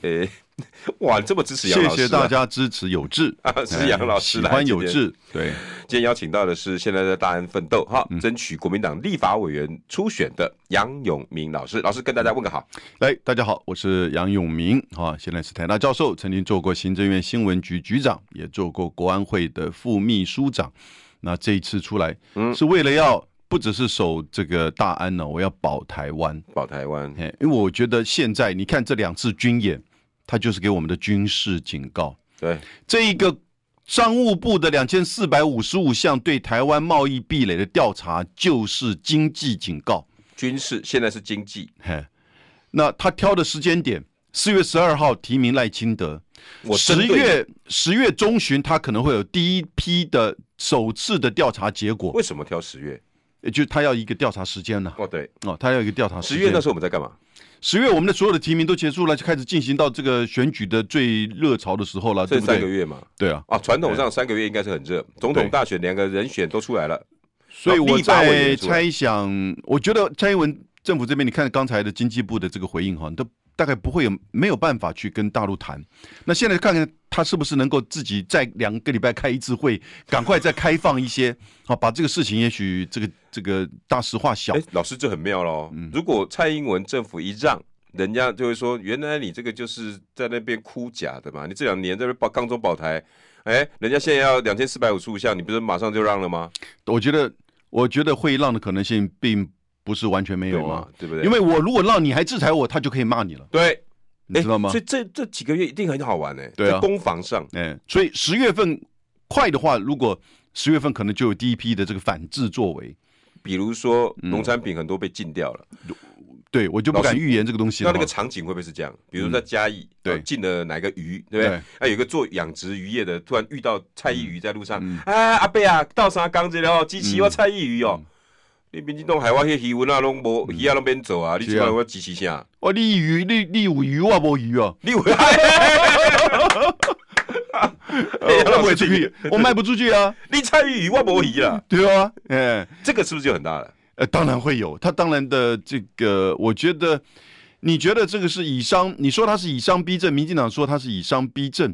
Speaker 1: 诶， 哇，你这么支持杨
Speaker 2: 谢
Speaker 1: 老师、
Speaker 2: 谢大。家支持有志
Speaker 1: 啊 是杨老师
Speaker 2: 哎喜
Speaker 1: 来
Speaker 2: 欢
Speaker 1: 今
Speaker 2: 有
Speaker 1: 天
Speaker 2: 志，对，嗯
Speaker 1: 今天邀请到的是现在在大安奋斗哈，争取国民党立法委员初选的杨永明老师。老师跟大家问个好。
Speaker 2: 来，哎大家好，我是杨永明啊，现在是台大教授，曾经做过行政院新闻局局长，也做过国安会的副秘书长。那这一次出来，是为了要不只是守这个大安呢，我要保台湾。
Speaker 1: 保台湾，
Speaker 2: 哎，因为我觉得现在你看这两次军演，它就是给我们的军事警告。
Speaker 1: 对，
Speaker 2: 这一个商务部的两千四百五十五项对台湾贸易壁垒的调查，就是经济警告。
Speaker 1: 军事现在是经济，
Speaker 2: 嘿，那他挑的时间点，四月十二号提名赖清德，
Speaker 1: 我针对
Speaker 2: 十
Speaker 1: 你
Speaker 2: 月十月中旬他可能会有第一批的首次的调查结果，
Speaker 1: 为什么挑十月？
Speaker 2: 也就是他要一个调查时间呢、
Speaker 1: 哦，对，
Speaker 2: 哦，他要一个调查时
Speaker 1: 十
Speaker 2: 间。
Speaker 1: 月那时候我们在干嘛？
Speaker 2: 十月我们的所有的提名都结束了，就开始进行到这个选举的最热潮的时候哦了，对
Speaker 1: 这
Speaker 2: 不
Speaker 1: 三个
Speaker 2: 对？
Speaker 1: 月嘛，
Speaker 2: 对啊，
Speaker 1: 啊，传统上三个月应该是很热，总统
Speaker 2: 对
Speaker 1: 大选两个人选都出来了，
Speaker 2: 所以我
Speaker 1: 啊立法委
Speaker 2: 在
Speaker 1: 员出来
Speaker 2: 猜想，我觉得蔡英文政府这边，你看刚才的经济部的这个回应哈，都大概不会有没有办法去跟大陆谈。那现在看看他是不是能够自己在两个礼拜开一次会，赶快再开放一些，好 把这个事情也许这个这个大事化小
Speaker 1: 哎、。老师这很妙喽。
Speaker 2: 嗯
Speaker 1: 如果蔡英文政府一让，人家就会说，原来你这个就是在那边哭假的嘛，你这两年在那边保抗中保台，哎、人家现在要两千四百五十五项，你不是马上就让了吗？
Speaker 2: 我觉得，我觉得会让的可能性并不是完全没有啊
Speaker 1: 嘛，，对不对？
Speaker 2: 因为我如果让你还制裁我，他就可以骂你了。
Speaker 1: 对，
Speaker 2: 你
Speaker 1: 哎
Speaker 2: 知道吗？
Speaker 1: 所以这这几个月一定很好玩哎、
Speaker 2: 对啊
Speaker 1: 在攻防上，
Speaker 2: 哎，所以十月份快的话，如果十月份可能就有第一批的这个反制作为，
Speaker 1: 比如说
Speaker 2: 嗯
Speaker 1: 农产品很多被禁掉了。
Speaker 2: 对我就不敢预言这个东西
Speaker 1: 那
Speaker 2: 了
Speaker 1: 那
Speaker 2: 哈。
Speaker 1: 个场景会不会是这样？比如在嘉义，
Speaker 2: 嗯对
Speaker 1: 呃进了哪个鱼，对不对
Speaker 2: 对？
Speaker 1: 啊，有一个做养殖渔业的，突然遇到蔡依鱼在路上，
Speaker 2: 嗯
Speaker 1: 啊，阿伯啊，到啥港子了？支持我蔡依鱼
Speaker 2: 嗯
Speaker 1: 哦。你民进党海外迄鱼文啊，拢无鱼啊，拢免做啊，你
Speaker 2: 是
Speaker 1: 即
Speaker 2: 啊
Speaker 1: 摆我支持啥？
Speaker 2: 哦，你鱼，你你有鱼啊，我鱼 啊，
Speaker 1: 你有哎
Speaker 2: 卖
Speaker 1: 老
Speaker 2: 不
Speaker 1: 师
Speaker 2: 出去，我卖不出去啊，
Speaker 1: 你蔡依鱼我无鱼啦，
Speaker 2: 对啊，哎，
Speaker 1: 这个是不是就很大了？
Speaker 2: 呃，当然会有，他当然的这个，我觉得，你觉得这个是以商，你说他是以商逼政，民进党说他是以商逼政，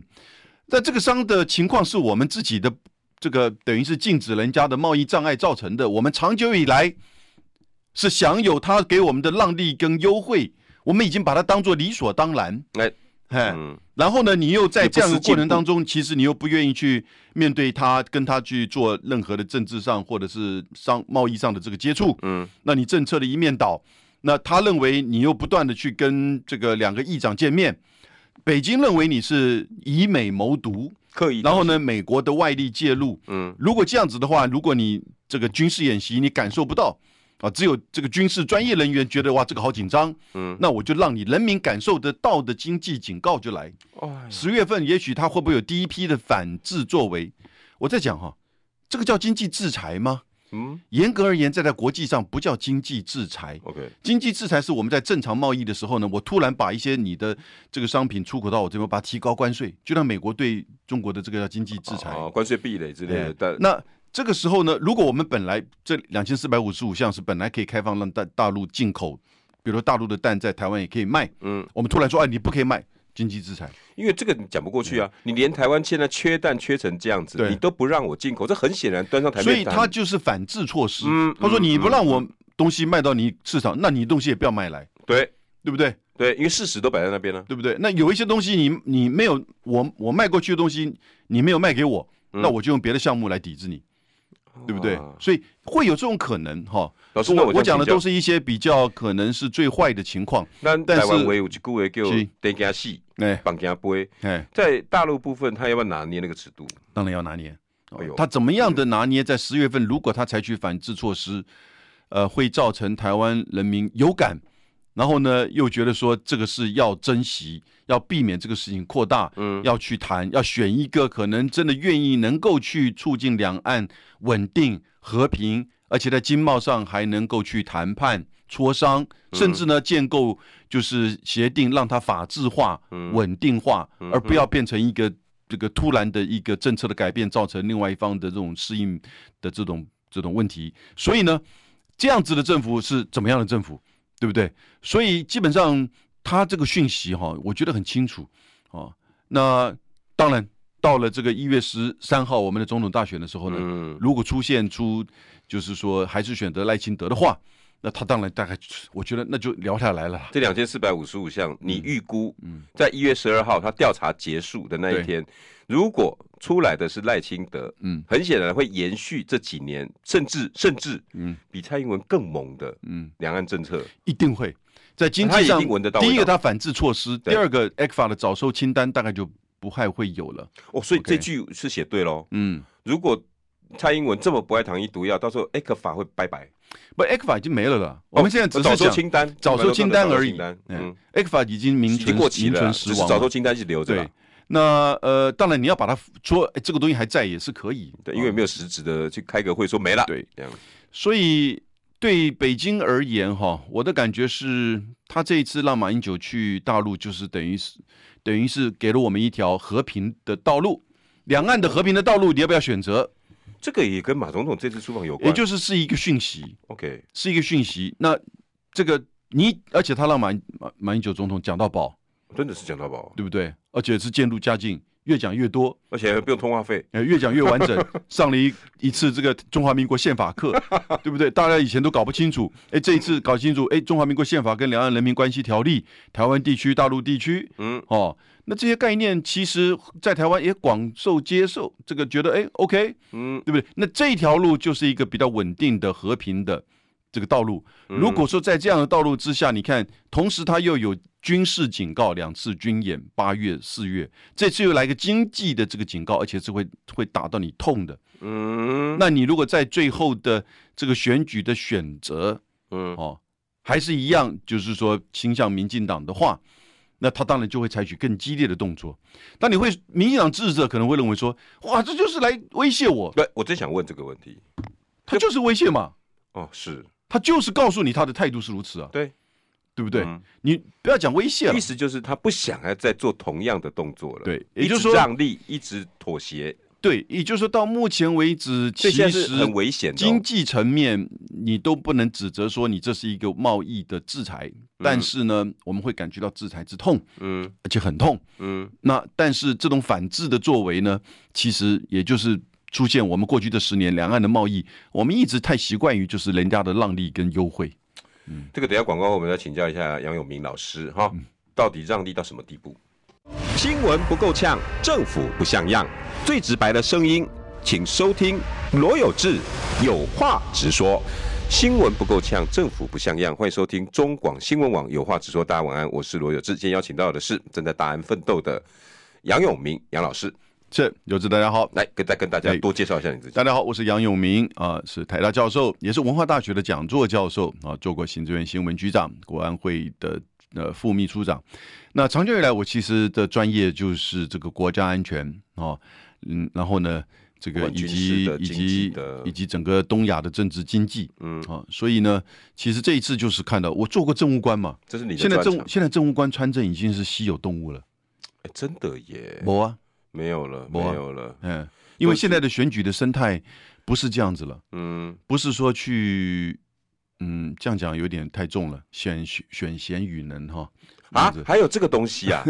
Speaker 2: 那这个商的情况是我们自己的这个等于是禁止人家的贸易障碍造成的，我们长久以来是享有他给我们的让利跟优惠，我们已经把它当做理所当然，
Speaker 1: 哎，
Speaker 2: 哎，
Speaker 1: 嗯，
Speaker 2: 然后呢，你又在
Speaker 1: 也不
Speaker 2: 这样的
Speaker 1: 是进
Speaker 2: 过程
Speaker 1: 步
Speaker 2: 当中，其实你又不愿意去面对他，跟他去做任何的政治上或者是商贸易上的这个接触。
Speaker 1: 嗯，
Speaker 2: 那你政策的一面倒，那他认为你又不断的去跟这个两个议长见面，北京认为你是以美谋独，
Speaker 1: 刻意
Speaker 2: 然后呢，美国的外力介入，
Speaker 1: 嗯，
Speaker 2: 如果这样子的话，如果你这个军事演习你感受不到啊，只有这个军事专业人员觉得哇这个好紧张，
Speaker 1: 嗯，
Speaker 2: 那我就让你人民感受得到的经济警告就来。
Speaker 1: 哦，
Speaker 2: 十月份也许他会不会有第一批的反制作为？我在讲哈，这个叫经济制裁吗？
Speaker 1: 嗯
Speaker 2: 严格而言，在在国际上不叫经济制裁，
Speaker 1: ，OK，
Speaker 2: 经济制裁是我们在正常贸易的时候呢，我突然把一些你的这个商品出口到我这边，把它提高关税，就像美国对中国的这个叫经济制裁。
Speaker 1: 哦，关税壁垒之类的，
Speaker 2: 哎
Speaker 1: 但
Speaker 2: 那这个时候呢，如果我们本来这两千四百五十五项是本来可以开放让大大陆进口，比如说大陆的蛋在台湾也可以卖，
Speaker 1: 嗯，
Speaker 2: 我们突然说，哎，你不可以卖，经济制裁。
Speaker 1: 因为这个你讲不过去啊，你连台湾现在缺蛋缺成这样子，
Speaker 2: 嗯对
Speaker 1: 你都不让我进口，这很显然端上台面
Speaker 2: 所
Speaker 1: 谈，
Speaker 2: 以他就是反制措施。
Speaker 1: 嗯
Speaker 2: 他说
Speaker 1: 嗯
Speaker 2: 你不让我东西卖到你市场，那你东西也不要卖来，
Speaker 1: 对
Speaker 2: 对不对？
Speaker 1: 对，因为事实都摆在那边啊了，
Speaker 2: 对不对？那有一些东西你你没有，我我卖过去的东西你没有卖给我，
Speaker 1: 嗯
Speaker 2: 那我就用别的项目来抵制你，对不对
Speaker 1: 哇？
Speaker 2: 所以会有这种可能哈。
Speaker 1: 哦老师，那
Speaker 2: 我
Speaker 1: 这样
Speaker 2: 我讲的
Speaker 1: 请教
Speaker 2: 都是一些比较可能是最坏的情况。
Speaker 1: 咱
Speaker 2: 但
Speaker 1: 台湾
Speaker 2: 是
Speaker 1: 话有一句话叫
Speaker 2: 是
Speaker 1: “灯加戏，
Speaker 2: 哎
Speaker 1: 绑加杯
Speaker 2: 哎”，，
Speaker 1: 在大陆部分，他要不要拿捏那个尺度？
Speaker 2: 当然要拿捏。哦
Speaker 1: 哎呦
Speaker 2: 他怎么样的拿捏，在十月份如果他采取反制措施，呃，会造成台湾人民有感，然后呢又觉得说这个是要珍惜，要避免这个事情扩大，
Speaker 1: 嗯，
Speaker 2: 要去谈，要选一个可能真的愿意能够去促进两岸稳定和平，而且在经贸上还能够去谈判磋商，甚至呢建构就是协定，让它法制化、稳定化，而不要变成一个这个突然的一个政策的改变，造成另外一方的这种适应的这种这种问题。所以呢，这样子的政府是怎么样的政府，对不对？所以基本上他这个讯息哈、我觉得很清楚哦。那当然，到了这个一月十三号我们的总统大选的时候呢，
Speaker 1: 嗯，
Speaker 2: 如果出现出就是说还是选择赖清德的话，那他当然大概我觉得那就聊下来了啦。
Speaker 1: 这两千四百五十五项，你
Speaker 2: 嗯
Speaker 1: 预估在一月十二号他调查结束的那一
Speaker 2: 对
Speaker 1: 天，如果出来的是赖清德，
Speaker 2: 嗯
Speaker 1: 很显然会延续这几年，甚至甚至，
Speaker 2: 嗯
Speaker 1: 比蔡英文更猛的
Speaker 2: 嗯。
Speaker 1: 两岸政策，
Speaker 2: 一定会在经
Speaker 1: 他
Speaker 2: 济
Speaker 1: 一
Speaker 2: 上
Speaker 1: 定闻得到味
Speaker 2: 第
Speaker 1: 道
Speaker 2: 一个，它反制措施；
Speaker 1: 对
Speaker 2: 第二个，ECFA 的早收清单大概就不太会有了。
Speaker 1: 哦，所以
Speaker 2: OK
Speaker 1: 这句是写对喽。
Speaker 2: 嗯，
Speaker 1: 如果蔡英文这么不爱糖衣毒药，到时候 A 克法会拜拜。
Speaker 2: 不，ECFA 已经没了啦。我们现在只
Speaker 1: 哦早
Speaker 2: 是
Speaker 1: 收
Speaker 2: 讲
Speaker 1: 清单，
Speaker 2: 早收清单而
Speaker 1: 早收清
Speaker 2: 已
Speaker 1: 单。嗯
Speaker 2: 嗯，，ECFA 已经名
Speaker 1: 已
Speaker 2: 存
Speaker 1: 经过期
Speaker 2: 名
Speaker 1: 了啦，
Speaker 2: 存
Speaker 1: 只
Speaker 2: 实
Speaker 1: 是
Speaker 2: 亡
Speaker 1: 早收
Speaker 2: 了。
Speaker 1: 清单是留着啦
Speaker 2: 对。，那呃，当然你要把它说哎这个东西还在也是可以。
Speaker 1: 对，因为没有实质的去开个会说没了，
Speaker 2: 嗯对，
Speaker 1: 这样，
Speaker 2: 所以对北京而言，哈，我的感觉是，他这一次让马英九去大陆，就是等于是等于是给了我们一条和平的道路，两岸的和平的道路，你要不要选择？
Speaker 1: 这个也跟马总统这次出访有关。
Speaker 2: 也就是是一个讯息，
Speaker 1: OK，
Speaker 2: 是一个讯息。那这个你，而且他让马马马英九总统讲到饱，
Speaker 1: 真的是讲到宝，
Speaker 2: 对不对？而且是渐入佳境，越讲越多，
Speaker 1: 而且还不用通话费。
Speaker 2: 呃，越讲越完整，上了一一次这个中华民国宪法课，对不对？大家以前都搞不清楚，哎，这一次搞清楚，哎，中华民国宪法跟两岸人民关系条例、台湾地区、大陆地区，
Speaker 1: 嗯，
Speaker 2: 哦，那这些概念其实在台湾也广受接受，这个觉得哎，OK，
Speaker 1: 嗯，
Speaker 2: 对不对？那这条路就是一个比较稳定的、和平的这个道路。
Speaker 1: 嗯
Speaker 2: 如果说在这样的道路之下，你看，同时它又有军事警告两次军演，八月、四月，这次又来个经济的这个警告，而且是会会打到你痛的。
Speaker 1: 嗯，
Speaker 2: 那你如果在最后的这个选举的选择，
Speaker 1: 嗯，
Speaker 2: 哦，还是一样，就是说倾向民进党的话，那他当然就会采取更激烈的动作。那你会，民进党支持者可能会认为说，哇，这就是来威胁我，
Speaker 1: 对，我真想问这个问题。
Speaker 2: 他就是威胁嘛。
Speaker 1: 哦，是
Speaker 2: 他就是告诉你他的态度是如此啊，
Speaker 1: 对
Speaker 2: 对不对？
Speaker 1: 嗯
Speaker 2: 你不要讲威胁了
Speaker 1: 意，思就是他不想要再做同样的动作了。
Speaker 2: 啊对也
Speaker 1: 一
Speaker 2: 就
Speaker 1: 直
Speaker 2: 是说
Speaker 1: 让利，一直妥协。
Speaker 2: 对，也就是说到目前为止，
Speaker 1: 所
Speaker 2: 其
Speaker 1: 以现在
Speaker 2: 实
Speaker 1: 是很危险的哦、
Speaker 2: 经济层面，你都不能指责说你这是一个贸易的制裁，但是呢，我们会感觉到制裁之痛，
Speaker 1: 嗯
Speaker 2: 而且很痛。
Speaker 1: 嗯
Speaker 2: 那但是这种反制的作为呢，其实也就是出现我们过去这十年两岸的贸易，我们一直太习惯于就是人家的让利跟优惠。
Speaker 1: 这个等一下广告后我们要请教一下杨永明老师哈，到底让利到什么地步？嗯新闻不够呛，政府不像样，最直白的声音，请收听罗有志有话直说。新闻不够呛，政府不像样，欢迎收听中广新闻网有话直说。大家晚安，我是罗有志。今天邀请到的是正在大安奋斗的杨永明杨老师，
Speaker 2: 这有志，大家好，
Speaker 1: 来跟再跟大家
Speaker 2: 哎
Speaker 1: 多介绍一下你自己。
Speaker 2: 大家好，我是杨永明啊、是台大教授，也是文化大学的讲座教授啊、做过行政院新闻局长、国安会的呃副秘书长。那长久以来，我其实的专业就是这个国家安全啊、哦嗯，然后呢，这
Speaker 1: 不
Speaker 2: 个
Speaker 1: 管
Speaker 2: 以
Speaker 1: 军
Speaker 2: 及
Speaker 1: 事的
Speaker 2: 以
Speaker 1: 经济
Speaker 2: 及
Speaker 1: 的
Speaker 2: 以及整个东亚的政治经济
Speaker 1: 嗯，
Speaker 2: 啊、所以呢，其实这一次就是看到我做过政务官嘛，
Speaker 1: 这是你的
Speaker 2: 现在
Speaker 1: 专
Speaker 2: 政
Speaker 1: 长
Speaker 2: 务。现在政务官穿证已经是稀有动物了，
Speaker 1: 哎真的耶，
Speaker 2: 没啊，
Speaker 1: 没有了，没
Speaker 2: 没啊
Speaker 1: 有了。
Speaker 2: 嗯，因为
Speaker 1: 都是
Speaker 2: 现在的选举的生态不是这样子了。
Speaker 1: 嗯，
Speaker 2: 不是说去，嗯，这样讲有点太重了，选选选贤与能哈。
Speaker 1: 啊
Speaker 2: 这样，子
Speaker 1: 还有这个东西啊，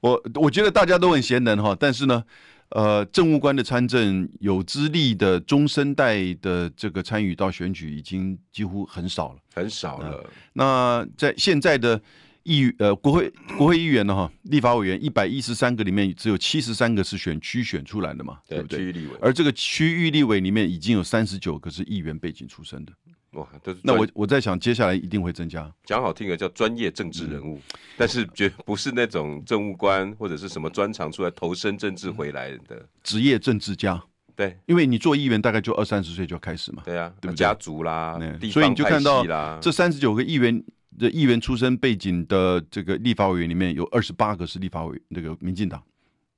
Speaker 2: 我我觉得大家都很贤能哈，但是呢，呃，政务官的参政，有资历的中生代的这个参与到选举，已经几乎很少了。
Speaker 1: 很少
Speaker 2: 啊
Speaker 1: 了。
Speaker 2: 那在现在的议呃国会国会议员呢哈，立法委员一百一十三个里面，只有七十三个是选区选出来的嘛，对
Speaker 1: 对，
Speaker 2: 不
Speaker 1: 区
Speaker 2: 对？
Speaker 1: 域立委，
Speaker 2: 而这个区域立委里面已经有三十九个是议员背景出身的，
Speaker 1: 哇，这是
Speaker 2: 那
Speaker 1: 专
Speaker 2: 我我在想接下来一定会增加。
Speaker 1: 讲好听的叫专业政治人物，
Speaker 2: 嗯
Speaker 1: 但是绝不是那种政务官或者是什么专长出来投身政治回来的。
Speaker 2: 职业政治家，
Speaker 1: 对
Speaker 2: 因为你做议员大概就二三十岁就开始嘛，
Speaker 1: 对嗯啊，
Speaker 2: 对不对
Speaker 1: 家族啦
Speaker 2: 嗯，
Speaker 1: 地
Speaker 2: 所以
Speaker 1: 方
Speaker 2: 你就
Speaker 1: 派
Speaker 2: 看到
Speaker 1: 系啦，
Speaker 2: 这三十九个议员的议员出身背景的这个立法委员里面有二十八个是立法委那个民进党，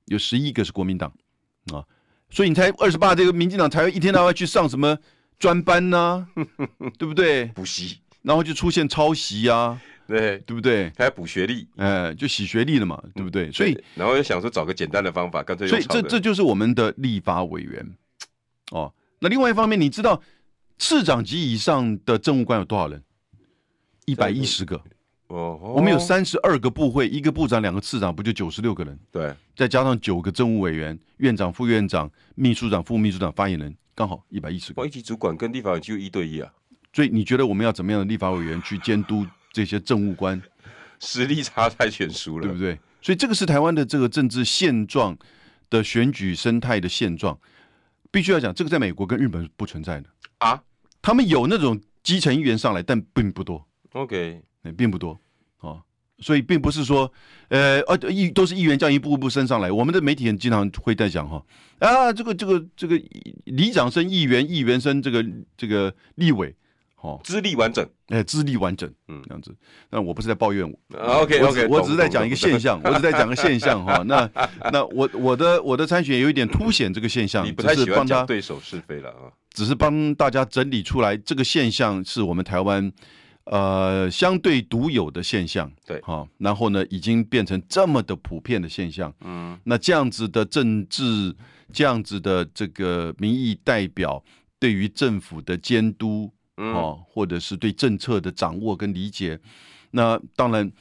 Speaker 2: 有十一个是国民党啊，所以你才二十八，这个民进党才会一天到晚去上什么专班呐、对不对？
Speaker 1: 补习，
Speaker 2: 然后就出现抄袭啊，
Speaker 1: 对，
Speaker 2: 对不对？
Speaker 1: 还要补学历，
Speaker 2: 呃，就洗学历了嘛，对不对？所以
Speaker 1: 对，然后又想说找个简单的方法，干脆
Speaker 2: 所
Speaker 1: 用
Speaker 2: 以这
Speaker 1: 炒的
Speaker 2: 这就是我们的立法委员哦。那另外一方面，你知道市长级以上的政务官有多少人？一百一十个，
Speaker 1: 哦，哦
Speaker 2: 我们有三十二个部会，一个部长，两个次长，不就九十六个人？
Speaker 1: 对，
Speaker 2: 再加上九个政务委员、院长、副院长、秘书长、副秘书长、发言人，刚好一百一十个
Speaker 1: 哇，。一级主管跟地方就一对一啊，
Speaker 2: 所以你觉得我们要怎么样的立法委员去监督这些政务官，
Speaker 1: 实力差太悬殊
Speaker 2: 对不
Speaker 1: 了。
Speaker 2: 对？所以这个是台湾的这个政治现状的选举生态的现状，必须要讲，这个在美国跟日本是不存在的。
Speaker 1: 啊
Speaker 2: 他们有那种基层议员上来，但并不多，
Speaker 1: ，OK，
Speaker 2: 嗯并不多哦。所以并不是说，呃，呃，议都是议员这样一步一步升上来。我们的媒体很经常会在讲哈，啊，这个这个这个里长升议员，议员升这个这个立委，哦，
Speaker 1: 资历完整。
Speaker 2: 哎，资历完整，
Speaker 1: 嗯
Speaker 2: 嗯，这样子。那我不是在抱怨我
Speaker 1: 啊 OK，OK，
Speaker 2: 我只我
Speaker 1: 懂
Speaker 2: 只是在
Speaker 1: 懂
Speaker 2: 讲一个
Speaker 1: 懂懂
Speaker 2: 现象，我只是在讲个现象哈。那那我我的我的参选有一点凸显这个现象，
Speaker 1: 你不
Speaker 2: 啊只
Speaker 1: 太
Speaker 2: 是
Speaker 1: 喜欢
Speaker 2: 帮
Speaker 1: 讲
Speaker 2: 他
Speaker 1: 对手是非了啊。
Speaker 2: 只是帮大家整理出来这个现象是我们台湾呃相对独有的现象，
Speaker 1: 对
Speaker 2: 好、然后呢已经变成这么的普遍的现象，
Speaker 1: 嗯，
Speaker 2: 那这样子的政治，这样子的这个民意代表对于政府的监督，
Speaker 1: 嗯
Speaker 2: 哦，或者是对政策的掌握跟理解，那当然。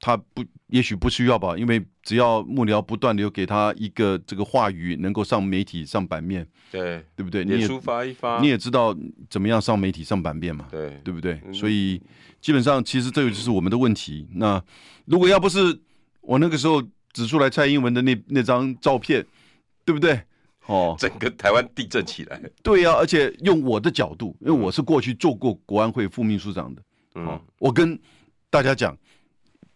Speaker 2: 他不，也许不需要吧，因为只要幕僚不断的有给他一个这个话语，能够上媒体上版面，
Speaker 1: 对，
Speaker 2: 对不对？你
Speaker 1: 脸
Speaker 2: 也
Speaker 1: 书发一发，
Speaker 2: 你也知道怎么样上媒体上版面嘛，
Speaker 1: 对
Speaker 2: 对不对？
Speaker 1: 嗯
Speaker 2: 所以基本上，其实这个就是我们的问题。那如果要不是我那个时候指出来蔡英文的那那张照片，对不对？哦，
Speaker 1: 整个台湾地震起来，
Speaker 2: 对呀、而且用我的角度，因为我是过去做过国安会副秘书长的，哦
Speaker 1: 嗯，
Speaker 2: 我跟大家讲，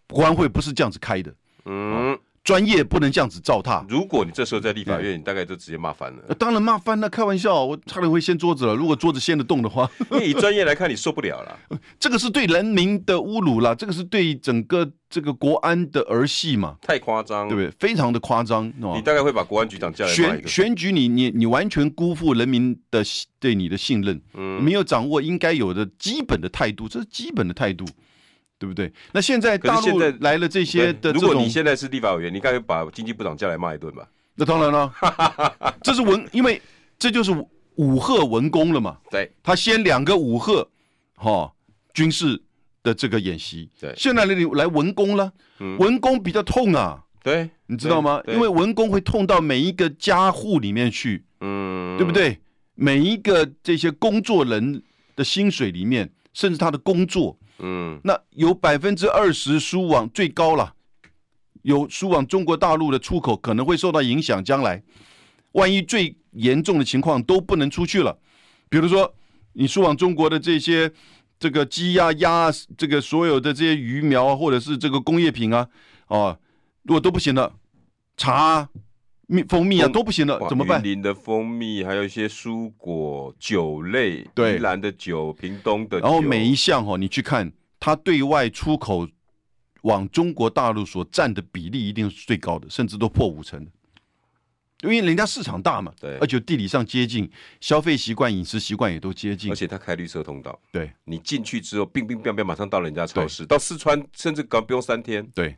Speaker 2: 国安会不是这样子开的，
Speaker 1: 嗯，
Speaker 2: 专业不能这样子糟蹋。
Speaker 1: 如果你这时候在立法院，你大概就直接骂翻
Speaker 2: 呃
Speaker 1: 了，
Speaker 2: 当然骂翻了，开玩笑，我差点会掀桌子了。如果桌子掀得动的话，
Speaker 1: 因为以专业来看，你受不了了，
Speaker 2: 这个是对人民的侮辱啦，这个是对整个这个国安的儿戏嘛，
Speaker 1: 太夸张，
Speaker 2: 对不对？非常的夸张，哦
Speaker 1: 嗯你。大概会把国安局长叫来骂一
Speaker 2: 选
Speaker 1: 个，
Speaker 2: 选举你你你完全辜负人民的信对你的信任，
Speaker 1: 嗯，
Speaker 2: 没有掌握应该有的基本的态度，这是基本的态度，对不对？那现在
Speaker 1: 可是
Speaker 2: 大
Speaker 1: 现
Speaker 2: 陆
Speaker 1: 在
Speaker 2: 来了这些的这
Speaker 1: 如果
Speaker 2: 种
Speaker 1: 你现在是立法委员，你大概把经济部长叫来骂一顿吧，
Speaker 2: 那当然了， 这是文，因为这就是武赫文攻了嘛。
Speaker 1: 对，
Speaker 2: 他先两个武赫，哈、军事的这个演习，
Speaker 1: 对
Speaker 2: 现在你来文攻了，文攻比较痛啊，
Speaker 1: 对，
Speaker 2: 你知道吗？
Speaker 1: 对
Speaker 2: 因为文攻会痛到每一个家户里面去，
Speaker 1: 嗯，
Speaker 2: 对不对？每一个这些工作人的薪水里面，甚至他的工作，
Speaker 1: 嗯，
Speaker 2: 那有百分之二十输往最高了，有输往中国大陆的出口可能会受到影响。将来万一最严重的情况都不能出去了，比如说你输往中国的这些这个鸡呀、鸭啊、这个所有的这些鱼苗啊，或者是这个工业品啊，哦，如果都不行了，茶啊、蜜蜂蜜啊
Speaker 1: 蜂
Speaker 2: 都不行了，
Speaker 1: 哇
Speaker 2: 怎么办
Speaker 1: 云？林的蜂蜜，还有一些蔬果、酒类，
Speaker 2: 对
Speaker 1: 宜兰的酒、屏东的酒，
Speaker 2: 然后每一项哈、哦，你去看它对外出口往中国大陆所占的比例，一定是最高的，甚至都破五成的。因为人家市场大嘛，
Speaker 1: 对
Speaker 2: 而且地理上接近，消费习惯、饮食习惯也都接近
Speaker 1: 而，且它开绿色通道，
Speaker 2: 对
Speaker 1: 你进去之后，冰冰冰冰，马上到人家超市，到四川甚至搞不用三天，
Speaker 2: 对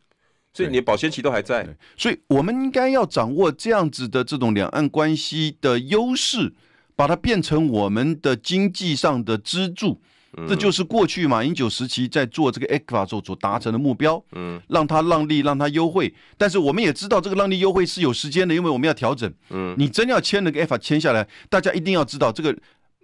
Speaker 1: 所以你的保鲜期都还在
Speaker 2: 对。，所以我们应该要掌握这样子的这种两岸关系的优势，把它变成我们的经济上的支柱。
Speaker 1: 嗯
Speaker 2: 这就是过去马英九时期在做这个 ECFA 时候所达成的目标。
Speaker 1: 嗯，
Speaker 2: 让它让利，让它优惠。但是我们也知道这个让利优惠是有时间的，因为我们要调整。
Speaker 1: 嗯，
Speaker 2: 你真要签那个 EFA 签下来，大家一定要知道这个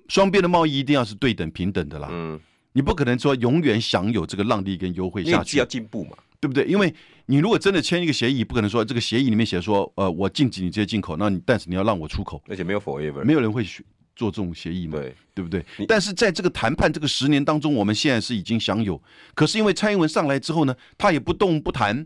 Speaker 2: 双边的贸易一定要是对等平等的啦。
Speaker 1: 嗯，
Speaker 2: 你不可能说永远享有这个让利跟优惠
Speaker 1: 因为
Speaker 2: 下
Speaker 1: 你自己
Speaker 2: 去
Speaker 1: 要，进步嘛，
Speaker 2: 对不对？因为你如果真的签一个协议，不可能说这个协议里面写说，呃，我禁止你这些进口，那你但是你要让我出口，
Speaker 1: 而且没有 forever，
Speaker 2: 没有人会去做这种协议嘛。
Speaker 1: 对，
Speaker 2: 对不对
Speaker 1: 你？
Speaker 2: 但是在这个谈判这个十年当中，我们现在是已经享有，可是因为蔡英文上来之后呢，他也不动不谈，